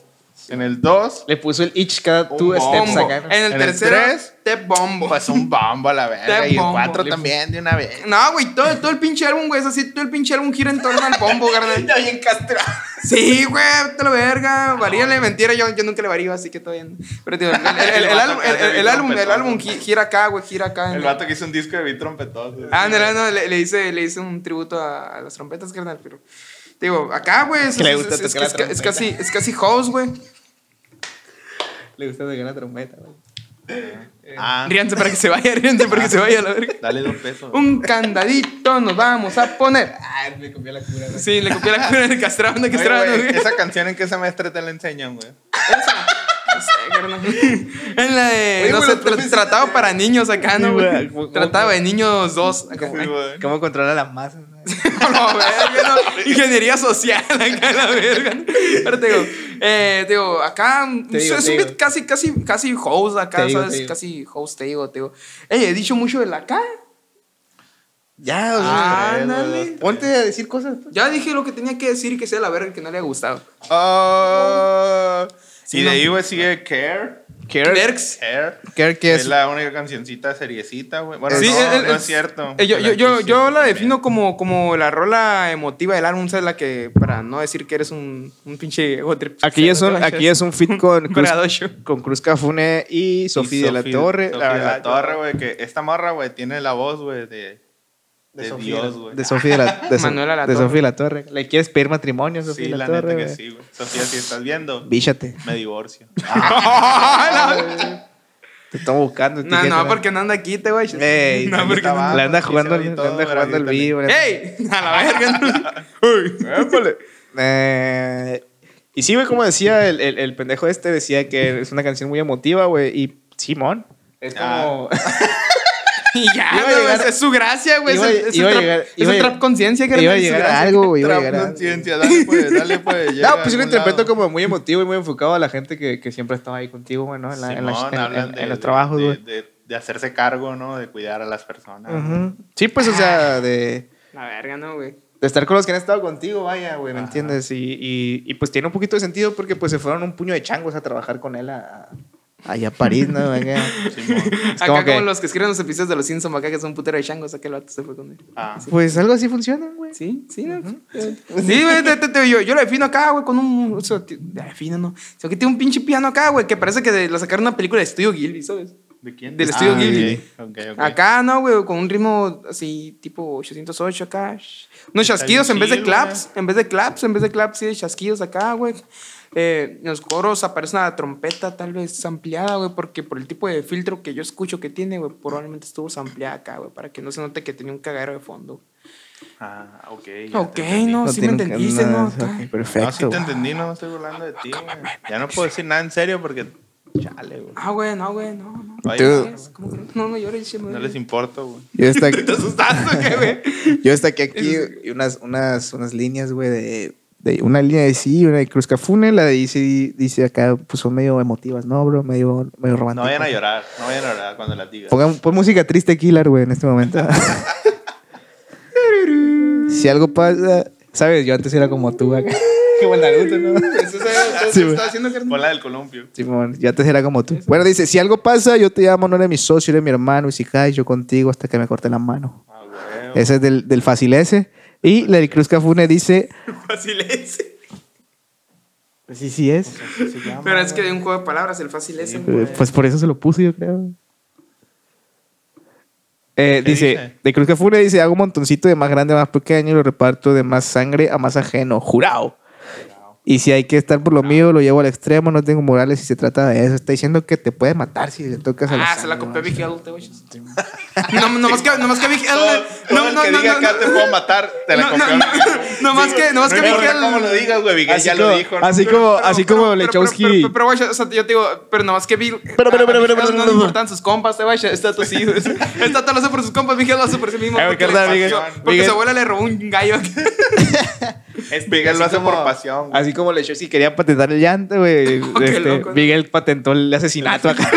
En el 2, Le puso el itch cada Un two steps Bombo. acá. ¿no? En el En el tercero, tres, te bombo. pues un bombo a la verga. Este Y el bombo. 4 Le- también, de una vez. No, güey, todo, todo el pinche álbum, güey, es así, todo el pinche álbum gira en torno al bombo, carnal. bien castrado. Sí, güey, te lo verga, varíale, mentira, yo, yo nunca le varío, así que todo bien. Pero tío, el, el- el- el álbum, el, el- el álbum, el álbum gi- gira acá, güey, gira acá. El vato que hizo un disco de beat trompetoso. Ah, no, no, no, le, le hice, le hice un tributo a, a las trompetas, carnal, pero... te Digo, acá, güey, es, Que le es- gusta es- es- tocar la es ca- es trompeta. casi, es casi house, güey. Le gusta tocar la trompeta, güey. Ah, Ríanse para que se vaya, ríanse para que se vaya, la verga. dale dos pesos. Un candadito nos vamos a poner. Ah, me copió la cura, güey. Sí, le copié la cura del castrado, de Oye, castrado, güey, güey. esa canción en qué semestre te la enseñan, güey. No sé, carnal. en la de. Oye, no güey, sé, los tra- profes- tratado para niños acá, Sí, ¿no, güey, güey? como- Tratado de niños dos. Acá. Sí, güey. ¿Cómo controla las masas? no? No, verga, no. Ingeniería social acá, la verga. Ahora te digo, eh, te digo, acá Te digo, es te un digo. beat casi, casi, casi house acá, Te digo, ¿sabes? te digo. Casi house, te digo, te digo. Ey, he dicho mucho de la acá. Ya, o sea, Ah, tres, ándale. güey, dos, ponte a decir cosas. pues. Ya dije lo que tenía que decir y que sea la verga que no le ha gustado. Oh. Sí, y de no. ahí, güey, sigue Care. Clerks. Care. Care que Es, es- la única cancioncita seriecita, güey. Bueno, Sí, no, el- el- no el- es cierto. eh, yo, Te yo, yo, puse yo la también. defino como, como la rola emotiva del álbum, ¿sabes? La que, para no decir que eres un, un pinche ego trip. Aquí es un, aquí es un fit con Cruz, Bradocho. con Cruz Cafune y Sofía de la Sofi- Torre. Sofi la de la verdad, Torre, güey, que esta morra, güey, tiene la voz, güey, de, de, Dios, güey. De Sofía de la, de So- Manuela la de Torre. Sofía de la Torre. ¿Le quieres pedir matrimonio a Sí, Sofía de la la Torre? neta que güey? sí, güey. Sofía, si estás viendo, Víchate. me divorcio. Te estamos buscando. Ah, No, no, Ah, etiquétala. porque no anda aquí, te güey. Ey, no, porque no. estaba- Le anda Sí, se jugando, oye le todo, anda pero jugando el ahorita vivo. le- ¡Ey! A la verga. Eh, y sí, güey, como decía el, el- el pendejo este, decía que es una canción muy emotiva, güey. Y Simón. Es como- y ya, Iba a no, llegar- es, es su gracia, güey. Es iba- el- es iba a el llegar- trap- es iba a el llegar- trap conciencia, que iba a llegar a algo, güey. Iba Pues a Trap llegar a algo. conciencia, dale, pues, dale, pues. llega No, pues yo lo a algún interpreto lado. como muy emotivo y muy enfocado a la gente que, que siempre estaba ahí contigo, güey, ¿no? En, la- en las- Simón, en- hablan en- de- en los de- trabajos, de, güey. de- de hacerse cargo, ¿no? De cuidar a las personas. Ujú. Sí, pues, o Ah. sea, de, La verga, no, güey. de estar con los que han estado contigo, vaya, güey, ¿me entiendes? Y, y- y, pues tiene un poquito de sentido porque pues se fueron un puño de changos a trabajar con él a, a- allá a París, ¿no? Acá. Simón. Es Acá como como, que- los que escriben los episodios de los Simpsons acá, que son putero de changos, acá el vato se fue con él. Ah, Pues algo así funciona, güey. Sí, sí, no. Sí, güey, te- te- te- yo, yo lo defino acá, güey, con un. O sea, ti- defino, no. Sino que tiene un pinche piano acá, güey, que parece que de- lo sacaron una película de Estudio Gilby, ¿sabes? ¿De quién? Del estudio Ah, Ghibli. ok, ok, ok. Acá, no, güey, con un ritmo así, tipo 808 acá. sh- Unos Está chasquidos bien en vez de chido, claps, en vez de claps, en vez de claps, sí, de chasquidos acá, güey. Eh, en los coros aparece una trompeta tal vez ampliada, güey, porque por el tipo de filtro que yo escucho que tiene, güey, probablemente estuvo ampliada acá, güey, para que no se note que tenía un cagadero de fondo. Ah, ok. ya te Ok, entendí. no, sí me tiene que- entendiste, ¿no? ok, Acá. perfecto. No, sí te güey. entendí, no me estoy burlando de ti. güey. Ya no puedo decir nada en serio porque. Chale, güey. Ah, güey, no, güey, no, no. Vaya, Tú- Es como que- No, no llores, se me- No les importa, güey. Yo hasta, ¿Te asustaste o qué, güey? yo hasta que aquí y unas, unas, unas líneas, güey, de, de- una línea de sí, una de Cruz Cafune, la de dice, dice acá, pues son medio emotivas, ¿no, bro? Medio, medio No románticas. vayan a llorar, no vayan a llorar cuando las digas. Pongan, pon música triste, Killer, güey, en este momento. si algo pasa, sabes, yo antes era como tú, acá. Qué buen Naruto, ¿no? Eso es Sí, lo que güey. estaba haciendo, carnal. Pon la del columpio. Simón, yo antes era como tú. Bueno, dice, si algo pasa, yo te llamo, no eres mi socio, eres mi hermano, y si caes, yo contigo hasta que me corte la mano. Ah, güey. Ese es del, del fácil ese. Y la de Cruz Cafune dice, Fácil es. Pues sí, sí es. Así se llama. Pero es que de un juego de palabras, el fácil es. güey. Eh, Pues por eso se lo puse, yo creo. Eh, ¿Qué dice, dice? de Cruz Cafune dice, hago un montoncito de más grande a más pequeño y lo reparto de más sangre a más ajeno, jurado. Y si hay que estar por lo mío, lo llevo al extremo, no tengo morales si se trata de eso. Está diciendo que te puede matar si le tocas a la Ah, sangre, se la compré ¿no? Big L, te voy No, no más que, no más que Big L. Todo, todo No, el no, que no, diga no, acá no. te puedo matar, te la No, compré. no, no más que, no más que no importa Miguel- cómo lo digas, güey, Miguel Así ya lo como- dijo. así Pero- como- así como Lechowski. Pero, pero, pero, guacha, o sea, yo te digo, pero nomás que Bill. pero, pero, pero, pero, no pero, le importan sus compas, te guacha. Está todo así. Está todo lo hace por sus compas, Miguel lo hace por sí mismo. Ay, güey, Porque, ¿qué le tal, paseó, Miguel? porque Miguel- su abuela le robó un gallo. es- Miguel lo hace por pasión. güey. Así como Lechowski quería patentar el llanto, güey. Oh, qué este, loco. Miguel patentó el asesinato acá.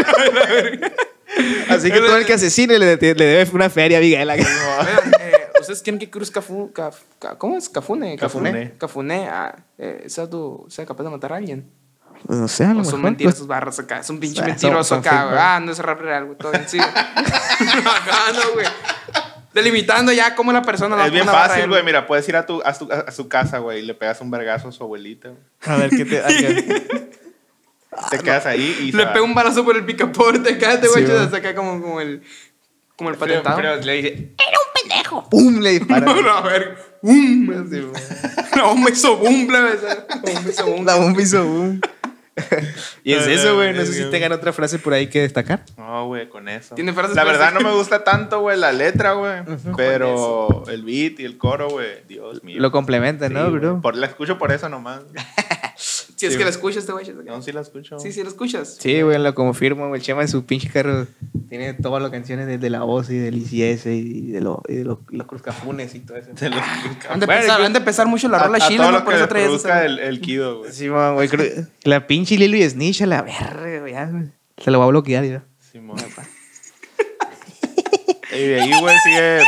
Así que todo el que asesine le, le debe una feria a Miguel. acá. Oigan, eh, ¿Ustedes quieren que Cruz Cafú. Caf- Ca- ¿Cómo es? Cafune. Cafune. Cafune. Cafune. ah, eh, ¿Sea tu- sea capaz de matar a alguien? No sé, a lo O son mejor, mentiras pues, sus barras acá. Es un pinche Ah, son- mentiroso son acá, fake, güey. güey. Ah, no es rap real, güey. Todo bien, sí. güey. Acá, no, güey. Delimitando ya cómo la persona la Es bien una barra fácil, él. güey. Mira, puedes ir a, tu, a, su, a su casa, güey, y le pegas un vergazo a su abuelita. güey. A ver, ¿qué te... a qué- Ah, Te quedas ahí y. Le pego un balazo por el picaporte acá, te Sí, güey. güey. hasta acá como, como el. Como el pero, patentado. pero le dice, Era un pendejo. ¡Pum! Le disparan. No, no, a ver. ¡Bum! Así, güey. No, me hizo boom, plebe, ¿sabes? No, me hizo boom. La bomba hizo boom. y es No, eso, no, güey. No es sé si que- tengan otra frase por ahí que destacar. No, güey, con eso. Tiene frases la verdad parecidas. no me gusta tanto, güey, la letra, güey. Pero el beat y el coro, güey, Dios mío. Lo complementan, Sí, ¿no, güey. bro? Por, la escucho por eso nomás. Si es Sí, que la güey. escuchas, te güey. acá. No, sí la escucho. Sí, sí, la escuchas. Sí, güey, lo confirmo, güey. Chema en su pinche carro tiene todas las canciones de, de la voz y del ICS y de, lo- y de los, los cruzcafunes y todo eso. Se los- Han de, Bueno, pesar, yo- han de pesar mucho la a- rola a chila, todo ¿no? lo por que eso le traes produzca esa- el, el Kido, güey. Sí, man, güey. creo- La pinche Lilo y Snitch a la verga, güey. ya, güey. Se lo va a bloquear, ya. Simón. y de ahí, güey, sigue.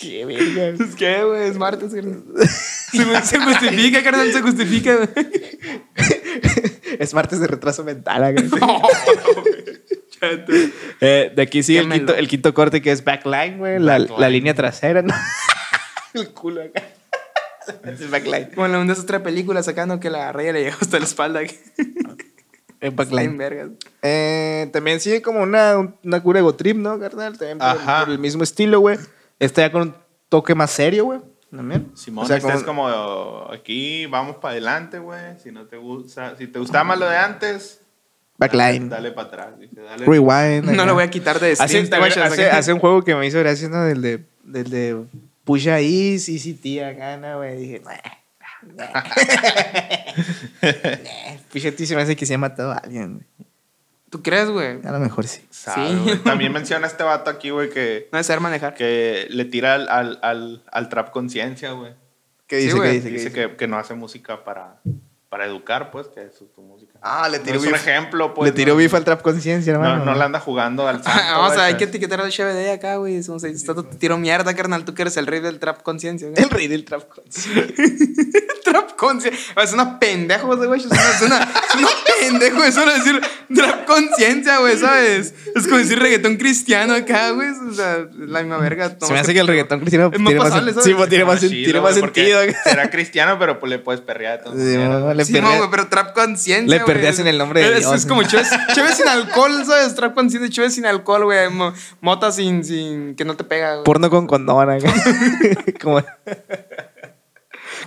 Qué verga. Es que, güey, es martes, carnal. Se, ju- se justifica, carnal, se justifica, güey. Es martes de retraso mental, acá. No, güey. Chato. Eh, de aquí sigue el Quémelo. quinto, el quinto corte que es backline, güey. La, Backline. la línea trasera, ¿no? el culo acá. Es backline. Como en la de esas tres películas sacando que la raya le llegó hasta la espalda. güey. Es Bien, vergas. Eh, también sigue como una, un- una cura ego trip, ¿no, carnal? También por, Ajá. por el mismo estilo, güey. Está ya con un toque más serio, güey. También. Simón, O sea, este es como oh, aquí, vamos para adelante, güey. Si no te gusta, si te gustaba más lo de antes, Backline. dale para atrás. dice, dale. Rewind. No acá. lo voy a quitar de Hace, stream, te también guachas, hace, acá. hace un juego que me hizo gracia, ¿no? Del de, del de Pusha ahí, sí, sí, tía, gana, güey. Dije, nah, nah, nah. Nah, Pusha T se me hace que se ha matado a alguien, güey. ¿Tú crees, güey? A lo mejor sí. Sabe, Sí. güey. También menciona a este vato aquí, güey, que, No es saber manejar. que le tira al, al, al, al trap conciencia, güey. ¿Qué Sí, dice? ¿Qué güey. dice? Dice, ¿Qué dice? Que, que no hace música para, para educar, pues, que eso es tu música. Ah, le tiró no es un beef. ejemplo, pues. Le tiró no- bifa al trap conciencia, hermano. No, no la anda jugando al santo. pues, Ah, Vamos a güey, hay que que- etiquetar al cheve de acá, güey. Somos ahí, está- te tiro mierda, carnal. Tú que eres el rey del trap conciencia, güey. pues. El rey del trap conciencia. Trap conciencia. Es una pendejo, güey. Es una, es una, es una pendejo. Es solo decir trap conciencia, güey, ¿sabes? Es como decir reggaetón cristiano acá, güey. O sea, es la misma verga. Se me hace que el reggaetón cristiano Es más tiene más, pasable, sen- ¿sabes? sí, pues, tiene Está más, sen- chido, tiene güey, más porque sentido. Será cristiano, pero pues le puedes perrear. de todas Sí, maneras, mamá, güey. le Sí, perrea- güey, pero trap conciencia. Le güey. perdeas en el nombre de es, Dios, Es como güey. chéves, chéves sin alcohol, ¿sabes? Trap conciencia, chéves sin alcohol, güey. Mo- Mota sin, sin. que no te pega, güey. Porno con condón acá. como,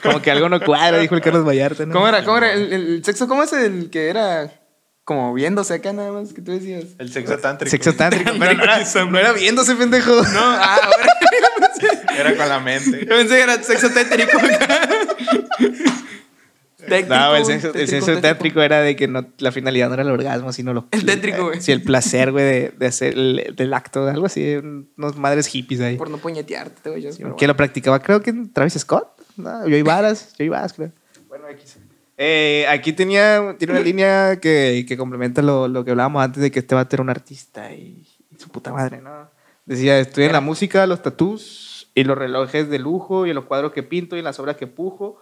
como que algo no cuadra, dijo el Carlos Vallarta. ¿no? ¿Cómo era? ¿Cómo era? ¿El, el- el sexo cómo es el que era como viéndose acá nada más que tú decías? El sexo tántrico. Sexo tántrico. Pero no era, no era viéndose, pendejo. No, ah, ahora. Era con la mente. Yo pensé que era sexo tétrico. tétrico No, el sexo, el tétrico, sexo tántrico era de que no, la finalidad no era el orgasmo, sino lo, El tétrico, güey. Sí, el placer, güey, de, de hacer el, del acto, algo así. Unos madres hippies ahí. Por no puñetearte, te voy a Sí, que lo practicaba, creo que Travis Scott. No, Joey Varas, Joey Varas, creo. Bueno, aquí, eh, aquí tenía, tiene una línea que, que complementa lo, lo que hablábamos antes de que este vato era un artista y, y su puta madre, ¿no? Decía, estudian la música, los tatús y los relojes de lujo y los cuadros que pinto y las obras que pujo.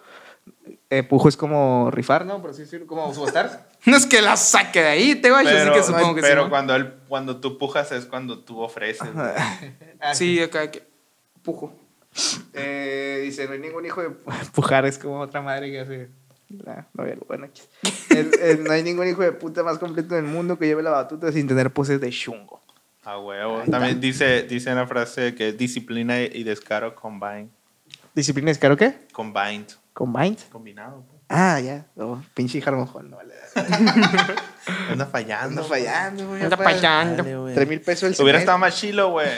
Eh, pujo es como rifar, ¿no? Por así decirlo, como subastar. No es que la saque de ahí, te voy así Pero, que supongo que sí. pero ¿no? cuando, él, cuando tú pujas es cuando tú ofreces. güey. Ah, Sí, acá que. Pujo. Eh, dice, no hay ningún hijo de pujar, es como otra madre que hace. "Ah, la novia, bueno, X. El- el- no hay ningún hijo de puta más completo del mundo que lleve la batuta sin tener poses de chungo. A huevo. También dice, dice una frase que es disciplina y descaro combine. ¿Disciplina de Escaro qué? Combined. ¿Combined? Combinado. pues. Ah, ya. No, pinche jarmojón. No, vale. Anda fallando. Ando fallando, güey. Anda fallando. Dale, güey. Tres mil pesos el Ah, semestre. Hubiera estado más chilo, güey.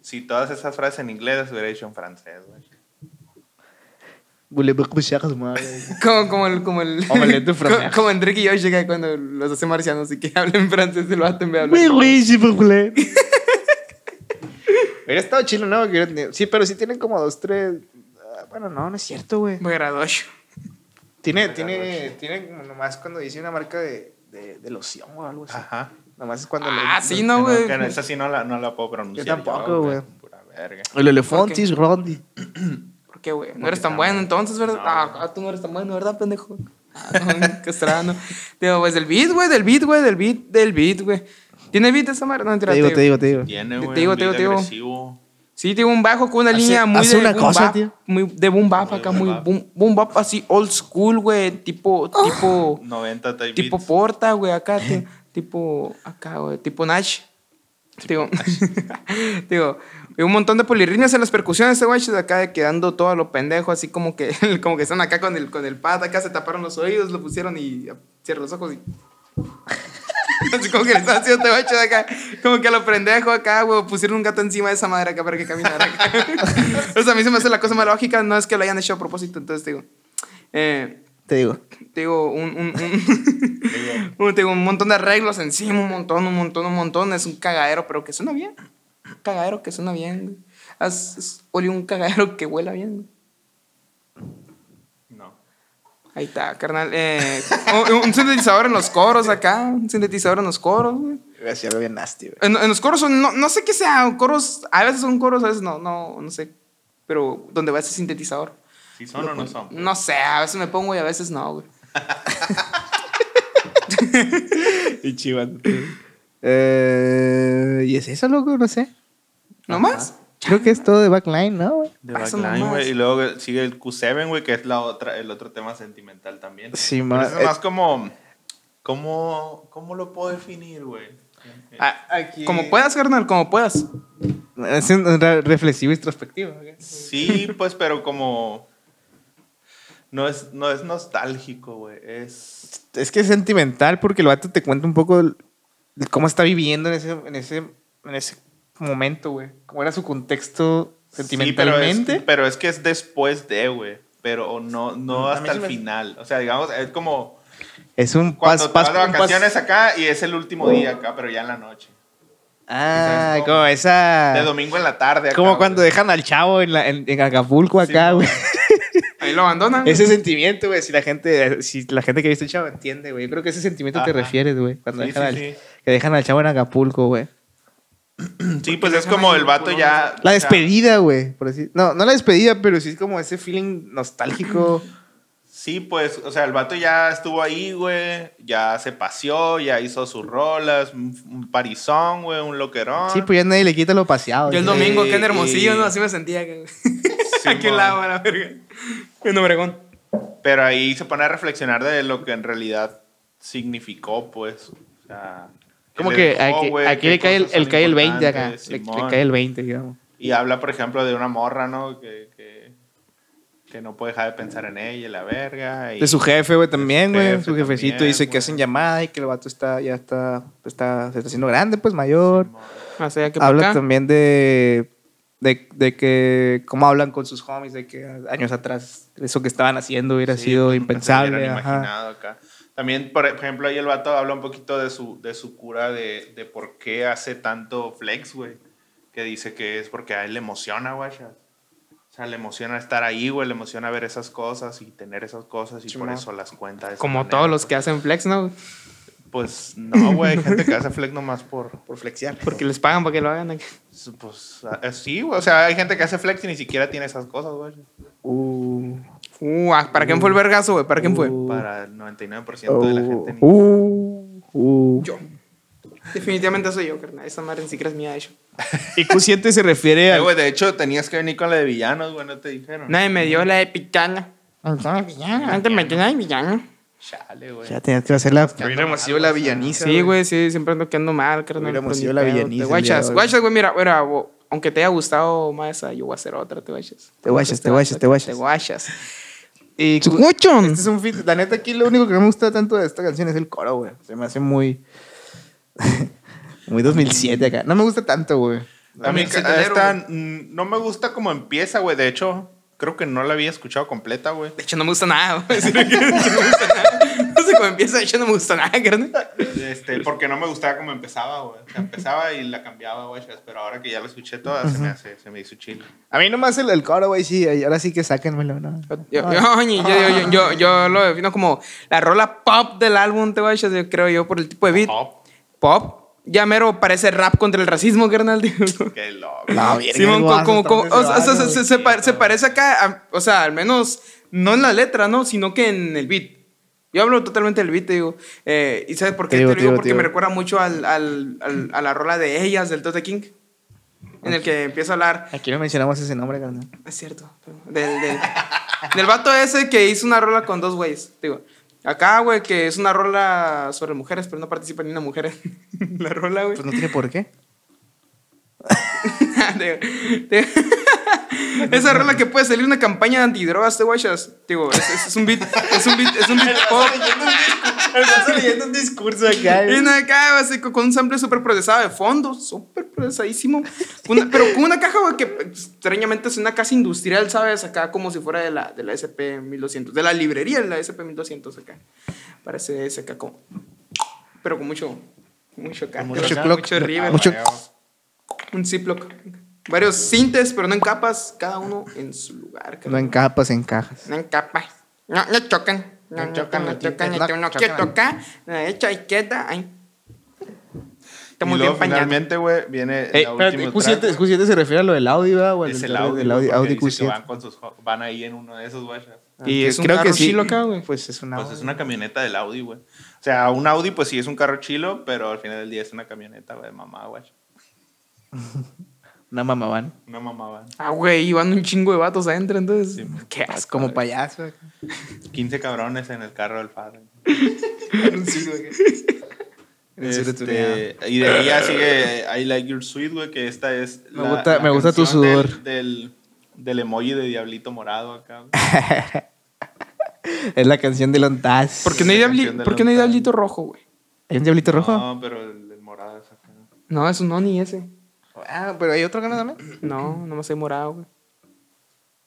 Si todas esas frases en inglés las hubiera dicho en francés, güey. Voulez-vous que je fasse, madre? Como, como el. Como, el Omelette de como, fromage. como Enrique y yo llega cuando los hace marcianos y que hablan francés y lo hacen de hablar. Oui, oui, s'il vous plaît. Hubiera estado chilo, ¿no? Que hubiera tenido- Sí, pero sí tienen como dos, tres. ah, Bueno, no, no es cierto, güey. Muy gradoso. Tiene, tiene, tiene como nomás cuando dice una marca de, de, de loción o algo así. Ajá. Nomás es cuando Ah, le- sí, no, güey. Que no, esa sí no la, no la puedo pronunciar. Yo tampoco, güey. Pura verga. El elefante es grande. ¿Por qué, güey? No eres tan bueno entonces, ¿verdad? No, ah, ah, tú no eres tan bueno, ¿verdad, pendejo? Ah, no, castrano. Digo, pues del beat, güey, del beat, güey, del beat, del beat, güey. ¿Tiene beat esa madre? No, mentira, Te digo, te digo, te digo. Tiene, Te güey. digo, un te digo, beat te digo. agresivo. Sí, tiene un bajo con una Hace- línea muy hace de una boom cosa, bap, tío. muy de boom bap Muy acá, boom muy bap. boom, boom bap así old school, güey, tipo Oh. tipo 90 type tipo beats. Porta, güey, acá ti- tipo acá, güey, tipo Nash. Digo, digo, y un montón de polirrinas en las percusiones, este güey, de acá quedando todo a lo pendejo, así como que, como que están acá con el, con el pad, acá se taparon los oídos, lo pusieron y cierran los ojos y... Así como que le están haciendo este de acá, como que a lo pendejo acá, güey, pusieron un gato encima de esa madre acá para que caminara acá. o sea, a mí se me hace la cosa más lógica, no es que lo hayan hecho a propósito, entonces digo, eh, Te digo. digo, un, un, un- un- digo, un montón de arreglos encima, un montón, un montón, un montón. Es un cagadero, pero que suena bien. Un cagadero que suena bien. güey. Haz, haz- ole un cagadero que huela bien. güey. No. Ahí está, carnal. Eh, un, un sintetizador en los coros acá. Un sintetizador en los coros, güey. Gracias, bien nasty, güey. En, en los coros, son- no, no sé qué sea. Coros, a veces son coros, a veces no, no, no sé. Pero donde va ese sintetizador. Si son o no son. No sé, a veces me pongo y a veces no, güey. Y chivas. Eh, y es eso, loco, no sé. ¿No más? Creo que es todo de backline, ¿no, güey? De Ah, son Backline, mamás. güey. Y luego sigue el Q7, güey, que es la otra, el otro tema sentimental también. Sí, Pero ma- eh, eh, eso Es más como, como. ¿Cómo lo puedo definir, güey? Ah, Como puedas, carnal, como puedas. Es un re- reflexivo y introspectivo. ¿no? Sí, pues, pero como. No es, no es nostálgico, güey. Es. Es que es sentimental porque el vato te cuenta un poco el- el cómo está viviendo en ese, en ese, en ese momento, güey. Cómo era su contexto sentimentalmente. Sí, pero es, pero es que es después de, güey. Pero o no, no A mí hasta sí el me- final. O sea, digamos, es como es un cuando pas, te pas- vas de un pas- Oh. vacaciones acá y es el último día acá, pero ya en la noche. Ah, ¿Sabes cómo? como esa. De domingo en la tarde. acá, Ah. Como güey. cuando dejan al chavo en, la- en- en Acapulco Sí, acá, no. güey. Ahí lo abandonan. ese sentimiento, güey, si la gente, si la gente que ha visto el chavo entiende, güey. Yo creo que ese sentimiento te Ajá. refieres, güey. Cuando Sí, dejan sí, al- sí. que dejan al chavo en Acapulco, güey. Sí, pues es como el vato ya. La o sea, despedida, güey. por así- No, no la despedida, pero sí es como ese feeling nostálgico. Sí, pues, o sea, el vato ya estuvo ahí, güey. Ya se paseó, ya hizo sus rolas, un, un parizón, güey, un loquerón. Sí, pues ya nadie le quita lo paseado. Yo el ya. domingo acá en Y- Hermosillo, y- ¿no? Así me sentía. que- Sí, Aquí mo. al lado, a la verga. En Obregón. Pero ahí se pone a reflexionar de lo que en realidad significó, pues. O sea. Como qué que le dejó, aquí, güey, aquí qué le cae el, cosas son el cae el 20 acá. importantes, Le, le Simón. cae el 20, digamos. Y habla, por ejemplo, de una morra, ¿no? Que, que, que no puede dejar de pensar en ella, y la verga. Y... De su jefe, güey, también, güey. jefe Su jefecito también, dice que güey. hacen llamada y que el vato está, ya está, está, se está haciendo grande, pues mayor. Más allá que por Habla acá. también de, de, de que, cómo hablan con sus homies, de que años atrás eso que estaban haciendo hubiera Sí, sido pues, nunca se impensable. hubieran Ajá. imaginado acá. También, por ejemplo, ahí el vato habla un poquito de su, de su cura de, de por qué hace tanto flex, güey. Que dice que es porque a él le emociona, güey. O sea, le emociona estar ahí, güey. Le emociona ver esas cosas y tener esas cosas y por Simón. eso las cuenta. de esa Como manera. todos los que hacen flex, ¿no? Pues no, güey. Hay gente que hace flex nomás por. Por flexear. Porque les pagan para que lo hagan. acá. Pues ah, sí, güey. O sea, hay gente que hace flex y ni siquiera tiene esas cosas, güey. Uh, Uh, ah, ¿para quién fue el vergazo, güey? ¿Para quién fue? Uh. Para el 99% de la gente. ni- uh, uh. Yo. Definitivamente soy yo, carnal. Esa madre ni siquiera es mía, de hecho. Y Q7 se refiere Eh, a. güey, de hecho, tenías que venir con la de villanos, güey. No te dijeron. Nadie me dio la de picana. Antes me tenía de villano. Chale, güey. Ya tenías que hacer la. Hubiéramos sido la villaniza. Sí, güey, sí, siempre ando quedando mal, carnal. Hubiéramos Con sido mi la pedo. villaniza el día de Guachas, hoy. guachas, güey, mira, mira, bo- aunque te haya gustado más, ah, yo voy a hacer otra, te guachas. Te guachas, te guachas, te guachas. Te guachas. Y Este es un fit. La neta, aquí lo único que no me gusta tanto de esta canción es el coro, güey. Se me hace muy. muy 2007 acá. No me gusta tanto, güey. A mí También ca- setentero, esta mm, no me gusta cómo empieza, güey. De hecho, creo que no la había escuchado completa, güey. De hecho, no me gusta nada, güey. Si no quieres, no me gusta nada. No sé cómo empieza, de hecho, no me gusta nada, carnal. Este, porque no me gustaba cómo empezaba, güey. O sea, empezaba y la cambiaba, güey. Pero ahora que ya la escuché toda, se me hace, se me hizo chile. A mí nomás el, el coro, güey, sí. Ahora sí que sáquenmelo, ¿no? Yo, yo, yo, yo, yo- yo lo defino como la rola pop del álbum, te guachas, yo creo yo, por el tipo de beat. Pop. Pop. Ya mero parece rap contra el racismo, carnal. digo. Qué loco. No, bien. Simón, guapo, co- como, como- está o sea, o sea, ese se, se pa- se parece acá, a- o sea, al menos no en la letra, ¿no? Sino que en el beat. Yo hablo totalmente del beat, te digo. Eh, ¿Y sabes por qué? Te Te, digo, lo te digo digo, porque te me digo. recuerda mucho al, al- al- a la rola de ellas del Tote King, en el que empieza a hablar. Aquí no mencionamos ese nombre, carnal. Es cierto, pero- del, del, del vato ese que hizo una rola con dos güeyes, te digo. Acá, güey, que es una rola sobre mujeres, pero no participa ni una mujer en la rola, güey. Pues no tiene por qué. Te- te- Esa rola que puede salir una campaña de antidrogas, te guachas. Digo, es, es- es un beat, es un beat, es un beat pop. Estás leyendo un discurso acá, Y una caja así, con con un sample súper procesado de fondo, súper procesadísimo. Una- pero con una caja güey, que extrañamente es una casa industrial, ¿sabes? Acá como si fuera de la, de la SP-1200, de la librería de la SP-1200 acá. Parece ese acá como... Pero con mucho... Mucho acá. Mucho mucho, acá. clock, mucho river. Mucho- Un Ziploc. Varios cintes, pero no en capas, cada uno en su lugar. No cabrón. en capas, en cajas. No en capas. No, no chocan. No, no chocan, no chocan. no No, no chocan. quieto acá, la derecha, izquierda. Ay. Está Y muy luego bien pañado. Eh, finalmente, güey, viene Ey, la Eh, espérate, última Q7, Q7 se refiere a lo del Audi, ¿verdad? O al Es del- el Audi, del Audi, porque Audi dice que van, Q7. con sus, jo- van ahí en uno de esos, güey. Y Ah, es un carro chilo acá, güey. Pues es una. Pues es una camioneta del Audi, güey. O sea, un Audi, pues sí es un carro chilo, pero al final del día es una camioneta, güey, de mamá, güey. Una mamabán. Una mamá, güey. Ah, güey, y van un chingo de vatos adentro, entonces. Sí, man. qué asco. pues, Como payaso. acá. 15 cabrones en el carro del padre. Este, Este, y de ahí ya sigue I Like Your Sweet, güey, que esta es. Me gusta- me gusta tu canción del- sudor. Del, del emoji de Diablito Morado acá. güey. es la canción de Lontaz. ¿Por qué no hay, Esa diabli- canción de por qué no hay Lontan. diablito rojo, güey? ¿Hay un diablito rojo? No, pero el, el morado es acá. No, es un Oni ese. Ah, pero hay otro canal también. No, nomás hay morado, güey.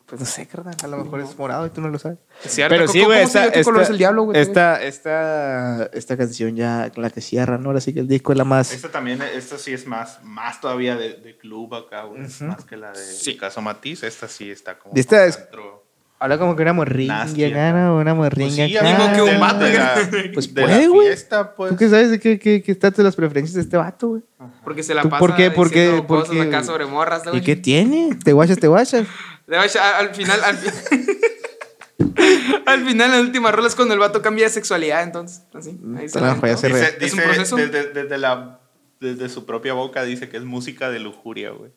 Pues no sé, carnal. A lo mejor es morado y tú no lo sabes. Es cierto, Pero ¿cómo- sí, güey. cómo se Esta, dio qué color esta- es el diablo, güey? Esta, esta, esta canción ya, la que cierra, ¿no? Ahora sí que el disco es la más. Esta también, esta sí es más, más todavía de, de club acá, güey. Más que la de Sí. Caso Matiz. Esta sí está como. Y esta más es- antro. Habla como que una morringa, Nasty, acá, ¿no? Una morringa. Pues sí, acá. amigo, Pues que un vato, de la, Pues de la ¿eh, puede, güey. fiesta, pues. ¿Tú qué sabes de qué, qué, qué estatus de las preferencias de este vato, güey? Porque se la ¿Tú pasa por qué? ¿Por qué? diciendo ¿Por cosas qué? acá sobre morras, ¿Y güey. qué tiene? Te guachas, te guachas. De hecho, a- al, final, al, fi- al final, la última rola es cuando el vato cambia de sexualidad, entonces. Así. Ahí se Te la aventó. falla, se re- Dice, un dice proceso? desde, desde la, desde su propia boca dice que es música de lujuria, güey.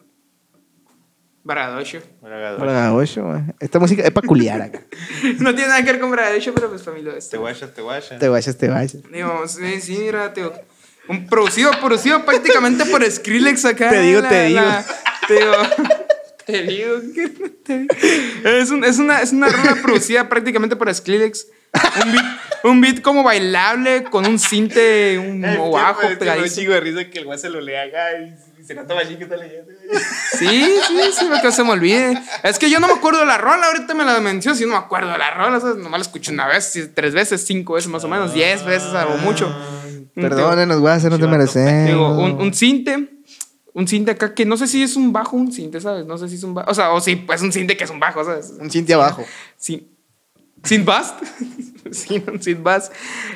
Bragadocio. Bragadocio. Para ocho, güey. Esta música es peculiar acá. No tiene nada que ver con Bragadocio, pero pues familia. Te Este. guayas, te guayas. Eh, Te guachas, te guachas. Digo, sí, sí, mira, tío. Un producido, producido prácticamente por Skrillex acá. Te digo, te digo. te digo. Te digo, que no te digo. Es, un- es una, es una rola producida prácticamente por Skrillex. Un beat, un beat como bailable con un cinte, un bajo pegadizo. chico de risa que el güey se lo lea acá y, se nota machín que está leyendo. Sí, sí, sí, lo que se me olvide. Es que yo no me acuerdo de la rola, ahorita me la menciono, si no me acuerdo de la rola, ¿sabes? nomás la escuché una vez, sí, tres veces, cinco veces más o menos, diez veces, algo mucho. Ah, Mm, Perdónenos, güey, no te Chivato, mereces. Digo, un, un cinte, un cinte acá que no sé si es un bajo, un cinte, ¿sabes? No sé si es un bajo, o sea, o sí, pues un cinte que es un bajo, ¿sabes? un cintia abajo. Sin, sin bast. sí, un sin bast.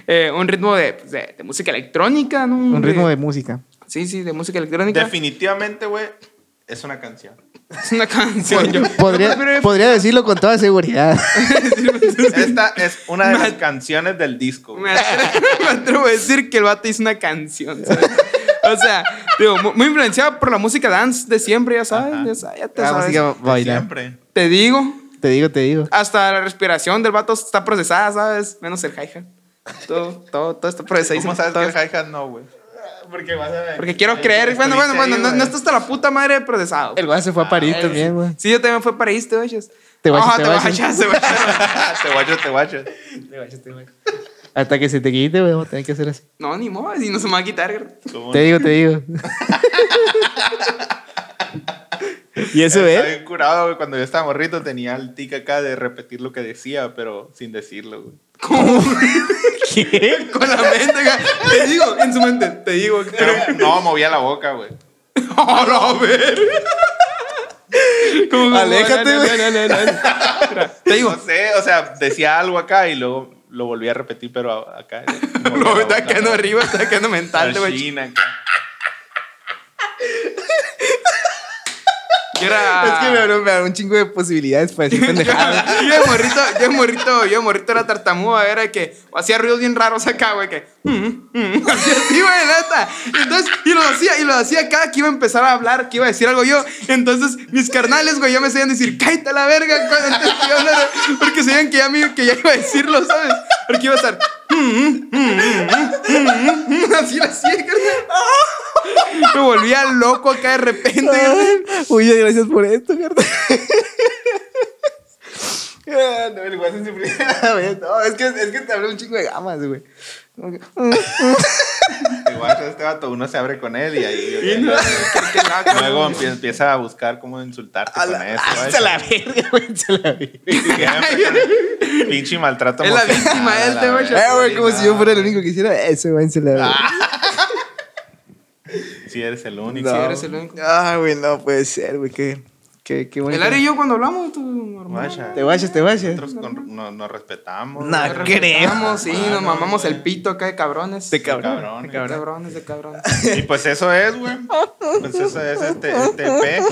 Eh, un ritmo de, pues, de- de música electrónica, ¿no? Un ritmo de música. Sí, sí, de música electrónica. Definitivamente, güey, es una canción. es una canción. yo- Podría, Pero- podría decirlo con toda seguridad. Esta es una de las canciones del disco. Me güey. atre- me atrevo, a decir que el vato hizo una canción. ¿sabes? O sea, digo, mu- muy influenciado por la música dance de siempre, ya sabes. Ajá. Ya, sa- ya te La sabes. música bailar. Siempre. Te digo, Te digo, te digo. hasta la respiración del vato está procesada, ¿sabes? Menos el hi-hat. Todo, todo, todo está procesadísimo. ¿Cómo sabes todo- que el hi-hat no, güey? Eh, Porque vas a. Porque quiero creer. Bueno, bueno, bueno, no, no está hasta la puta madre de procesado. El güey se fue a París Ay, también, güey. Sí, yo también fui a París, te vayas. Te vayas, Ajá, te te vayas. vayas, te vayas. te guacho, te guacho. Hasta que se te quite, güey, vamos a tener que hacer así. No, ni modo, si no se me va a quitar. ¿Cómo Te no? digo, te digo. y eso eh? Está es. bien curado, güey. Cuando yo estaba morrito tenía el tic acá de repetir lo que decía, pero sin decirlo, güey. ¿Cómo? ¿Qué? Con la mente, güey. Te digo, en su mente, te digo. Pero no, movía la boca, güey. ¡Oh, la ver! Como- Aléjate, No, no, güey. no, no, no. Te digo. No sé, o sea, decía algo acá y luego lo volví a repetir, pero a- acá. movía Lo la está boca, quedando güey. arriba, está quedando mental, te güey. China, acá. Yo era. Es que me abrió, me abrió un chingo de posibilidades para decir yo, pendejadas. yo de morrito, yo de morrito, yo de morrito era tartamudo, era que hacía ruidos bien raros acá, güey, que mm, mm, así, así, güey, neta. Entonces, y lo hacía, y lo hacía cada que iba a empezar a hablar, que iba a decir algo yo. Entonces, mis carnales, güey, ya me sabían decir, cállate a la verga, cuando antes que iba a hablar, porque sabían que ya, me, que ya iba a decirlo, ¿sabes? Porque iba a estar mm, mm, mm, mm, mm, mm, así, así, carnal. Me volvía loco acá de repente. güey. Uy, gracias por esto, carnal. Ah, No, el güey se sufría. No, es que, es que te abrió un chingo de gamas, güey. Te guacho, este vato, uno se abre con él y ahí. Y no, qué- qué naco, Luego güey. empie- empieza a buscar cómo insultarte con eso. güey. Hasta la verga, güey. Se la verga. Ah, Pinche maltrato. Es la emocional, víctima, él la te va a verga, Eh, güey, como si yo fuera el no. único que hiciera eso, güey. Se la verga. Si eres el único. No. Ah, Sí, eres el único. Ah, güey, no puede ser, güey. Qué, qué, qué bonito. El Ari y yo cuando hablamos, tú, normal. Guacha. Te vayas, te vayas. Nosotros con- no- nos respetamos. Nah, güey. Nos creo. respetamos, Sí, nos no, mamamos güey. el pito acá de cabrones. De De Este cabrón. cabrón, De eh. cabrón. cabrones, de cabrones. Y pues eso es, güey. Pues eso es este, este EP.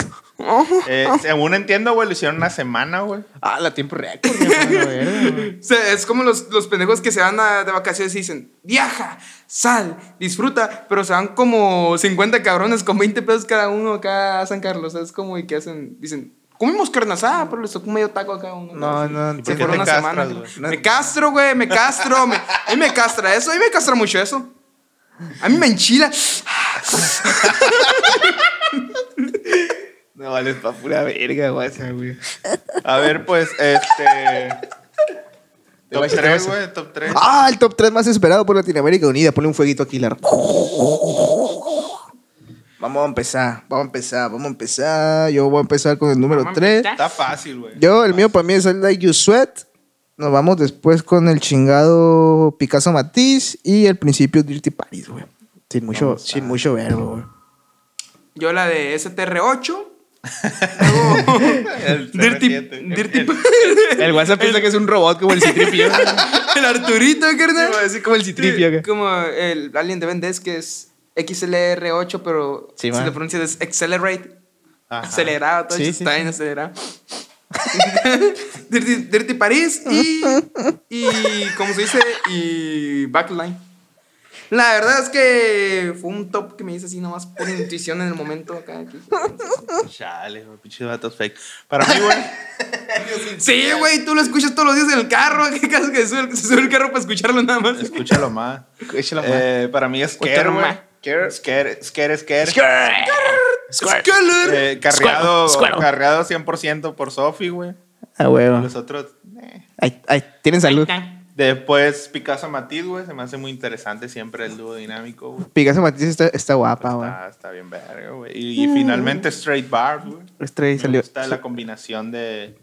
Eh, según entiendo, güey, lo hicieron una semana, güey. Ah, la tiempo récord, mi hermano, verga, güey. Se- es como los, los pendejos que se van a- de vacaciones y dicen, viaja, sal, disfruta, pero se van como 50 cabrones con 20 pesos cada uno acá a San Carlos. Es como y que hacen, dicen, comimos carne asada, pero les tocó medio taco a cada uno. No, no, no. ¿Y por Se qué fueron te una castras, semana. güey? No. Me castro, güey, me castro. me- a mí me castra eso, a mí me castra mucho eso. A mí me enchila. No vales pa' pura verga, güey. esa, güey. A ver, pues, este. Top vas a- te 3, vas a- güey, top 3. Ah, el top 3 más esperado por Latinoamérica Unida. Ponle un fueguito aquí, la... Vamos a empezar, vamos a empezar, vamos a empezar. Yo voy a empezar con el número Vamos a 3. empezar. Está fácil, güey. Yo, el mío para mí es el Like You Sweat. Nos vamos después con el chingado Picasso Matiz y el principio Dirty Paris, güey. Sin mucho, sin mucho verbo, güey. Yo la de STR8. Luego, El Dirty, CR7. Dirty El- El WhatsApp piensa que es un robot como el Citripio. el Arturito, carnal. así como el Citripio. güey. Como el alien de Vendes que es XLR8, pero Sí, si man. lo pronuncias es Accelerate. Ajá. Acelerado, todo Sí, eso sí, está bien acelerado. Dirty, Dirty París y, y, ¿cómo se dice? Y Backline. La verdad es que fue un top que me hice así nomás por intuición en el momento acá. que dije, Chale, güey, pinches vatos fake. Para mí, güey. Sí, güey, tú lo escuchas todos los días en el carro. Que casi que sube, se sube el carro para escucharlo nada más. Escúchalo más. Échala, man. Eh, para mí es Scare, Escúchalo güey. más. Scare, Scare, Scare. Squirt. Eh, carreado, Squirrel. carreado 100% por Sofi, güey. Ah, huevo. Los otros, eh. Ay, ay, tienen salud. Después Picasso Matiz, güey. Se me hace muy interesante siempre el dúo dinámico, güey. Picasso Matiz está, está guapa, güey. Está, está bien verga, güey. Y, y finalmente Straight Bar, güey. Estrella Me Mm. salió. gusta la combinación de,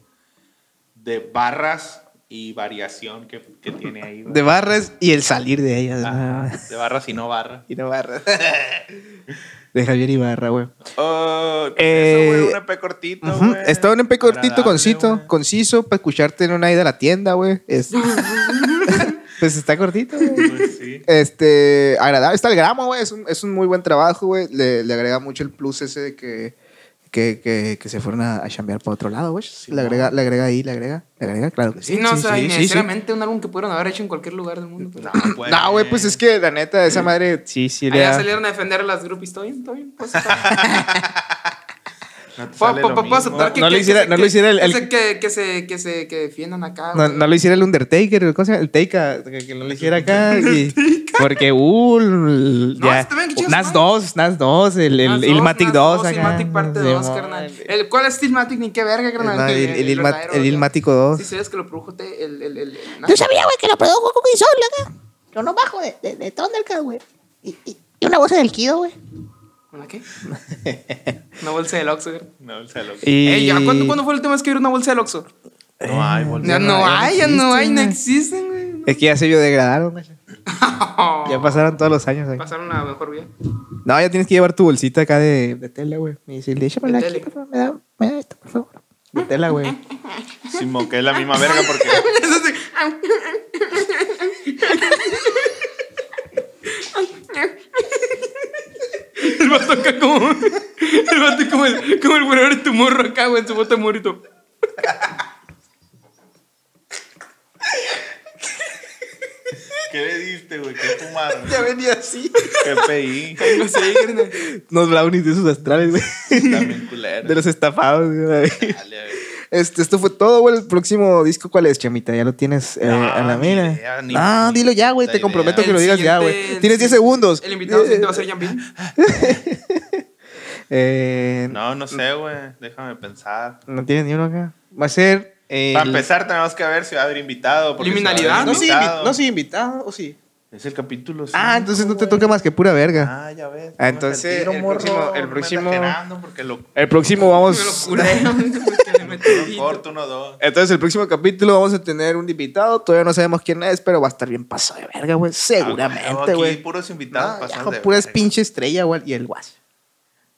de barras y variación que, que tiene ahí, güey. De Ah. barras y el salir de ellas. Ajá, de barras y no barras. Y no barras. De Javier Ibarra, güey. Oh, pues Eh, eso, güey, un EP cortito, Ujú. güey. Está un MP cortito, Agradable, concito, güey. conciso, para escucharte en una ida a la tienda, güey. Es- pues está cortito, güey. Pues sí. Este, agradable. Está el gramo, güey. Es un, es un muy buen trabajo, güey. Le, le agrega mucho el plus ese de que, que, que, que se fueron a, a chambear para otro lado, güey. le, agrega, le agrega ahí, le agrega, le agrega, claro que sí. Sí, no, o sea, sí, sí, sí. sinceramente un álbum que pudieron haber hecho en cualquier lugar del mundo. Pero... Ah, No, güey, pues es que la neta, esa madre, sí, sí, le Allá da- salieron a defender a las groupies. ¿Todo bien? ¿Todo bien? Pues, está bien. No te Puedo- sale lo puedo- puedo mismo. aceptar No- no lo hiciera- se- no lo hiciera el- que el- se- que, que se, que se que defiendan acá. No, güey. no lo hiciera el Undertaker, ¿cómo se llama? El Taika, que, que no lo hiciera acá. y- Porque, uh, l- No, ya. está bien, que chingas Nas su 2, Nas 2, el, el, Nas dos, Ilmatic Nas 2. dos, acá. Ilmatic parte Sí, 2, mo- carnal. El, ¿Cuál es Ilmatic? Ni qué verga, carnal. No, el- el Ilma- verdadero, el ya. Ilmático 2. Sí, sabes que lo produjo te- el... el, el, el- Yo sabía, güey, que lo produjo Cookie Soul, acá. Yo no bajo de, de, de Thundercat, güey. Y, y, y una voz del Kido, güey. ¿Una qué? Una bolsa del Oxxo. güey. No, se lo- Y... Ey, ¿ya cuándo, cuándo fue la última vez que vieron una bolsa del Oxxo? No hay bolsa. Ya no, hay, ya no hay, no existen, existen, güey. Es que ya se biodegradaron, güey. Ya pasaron todos los años. güey. Oh, Pasaron la mejor vida. No, ya tienes que llevar tu bolsita acá de, de tela, güey. Y decirle, échamela De aquí, tele. por favor, me da, me da esto, por favor. De tela, güey. Simón, que es la misma verga porque. El vato acá como. El vato como el, como el güero de tu morro acá, güey, en su bota morrito. ¿Qué le diste, güey? ¿Qué fumaron? venía así. ¿Qué pedí? No sé, carnal. Los brownies de sus astrales, güey. También culero. De los estafados, güey. Dale, güey. Este, esto fue todo, güey. El próximo disco, ¿cuál es, Chemita? Ya lo tienes eh, No, a la ni mira. idea, ni- ah, ni dilo ya, güey. puta Te idea. comprometo que El lo digas ya, siguiente- güey. Tienes 10 segundos. El invitado siguiente va a ser Jambin. Eh, no. No, no sé, güey. Déjame pensar. tienes ni uno acá. Va a ser. eh, Para empezar, tenemos que ver si va a haber invitado. porque Liminalidad, va a haber No, sí, invitado. invi- no, sí, invitado, o sí. Es el capítulo. Ah, cinco, entonces no te güey. toca más que pura verga. Ah, ya ves. Ah, no me entonces, retiro, el morro, próximo- el no me andas próximo- generando porque lo El próximo Me lo vamos. curé, hombre, porque le metí lo dedito. corto uno dos. Entonces, el próximo capítulo vamos a tener un invitado. Todavía no sabemos quién es, pero va a estar bien pasado de verga, güey. Seguramente, Aquí güey. puros invitados. No, ya pasados con de puras verga. pinche estrella, güey. Y el guas.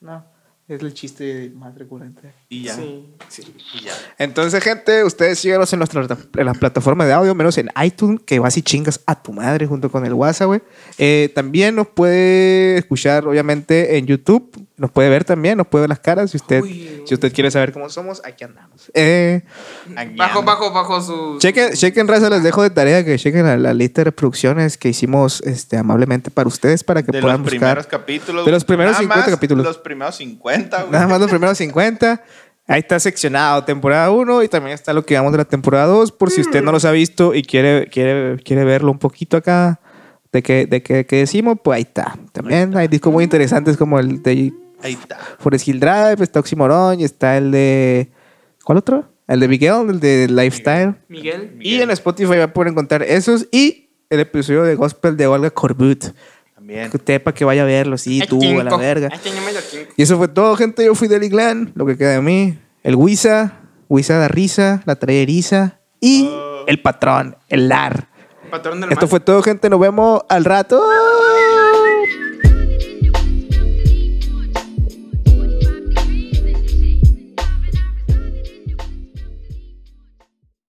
No, es el chiste más recurrente. Y ya. Sí, sí. Y ya. Entonces, gente, ustedes síganos en, nuestras en las plataformas de audio, menos en iTunes, que vas y chingas a tu madre junto con el WhatsApp, güey. Eh, también nos puede escuchar, obviamente, en YouTube. Nos puede ver también, nos puede ver las caras. Si usted, Uy. si usted quiere saber cómo somos, aquí andamos. Eh, Bajo, bajo, bajo su. chequen, chequen, raza, les dejo de tarea que chequen la, la lista de reproducciones que hicimos este, amablemente para ustedes, para que de los puedan buscar. primeros capítulos. De los primeros nada 50 más capítulos. Los primeros 50, güey. Nada más los primeros 50. Ahí está seccionado temporada 1 y también está lo que vamos de la temporada 2 por si usted no los ha visto y quiere, quiere, quiere verlo un poquito acá de qué de qué- qué decimos, pues ahí está. También hay discos muy interesantes como el de Ahí está. Forest Hill Drive, está Oxymoron y está el de... ¿Cuál otro? El de Miguel, el de Lifestyle. Miguel. Y en Spotify va a poder encontrar esos y el episodio de Gospel de Olga Corbut. También. Que usted para que vaya a verlo, sí, tú, a la verga. Este no me lo chingo. Y eso fue todo, gente. Yo fui Deli Glenn, lo que queda de mí. El Wisa, Wisa da risa, la traeriza y el patrón, el Lar. Patrón del Esto mal. fue todo, gente. Nos vemos al rato.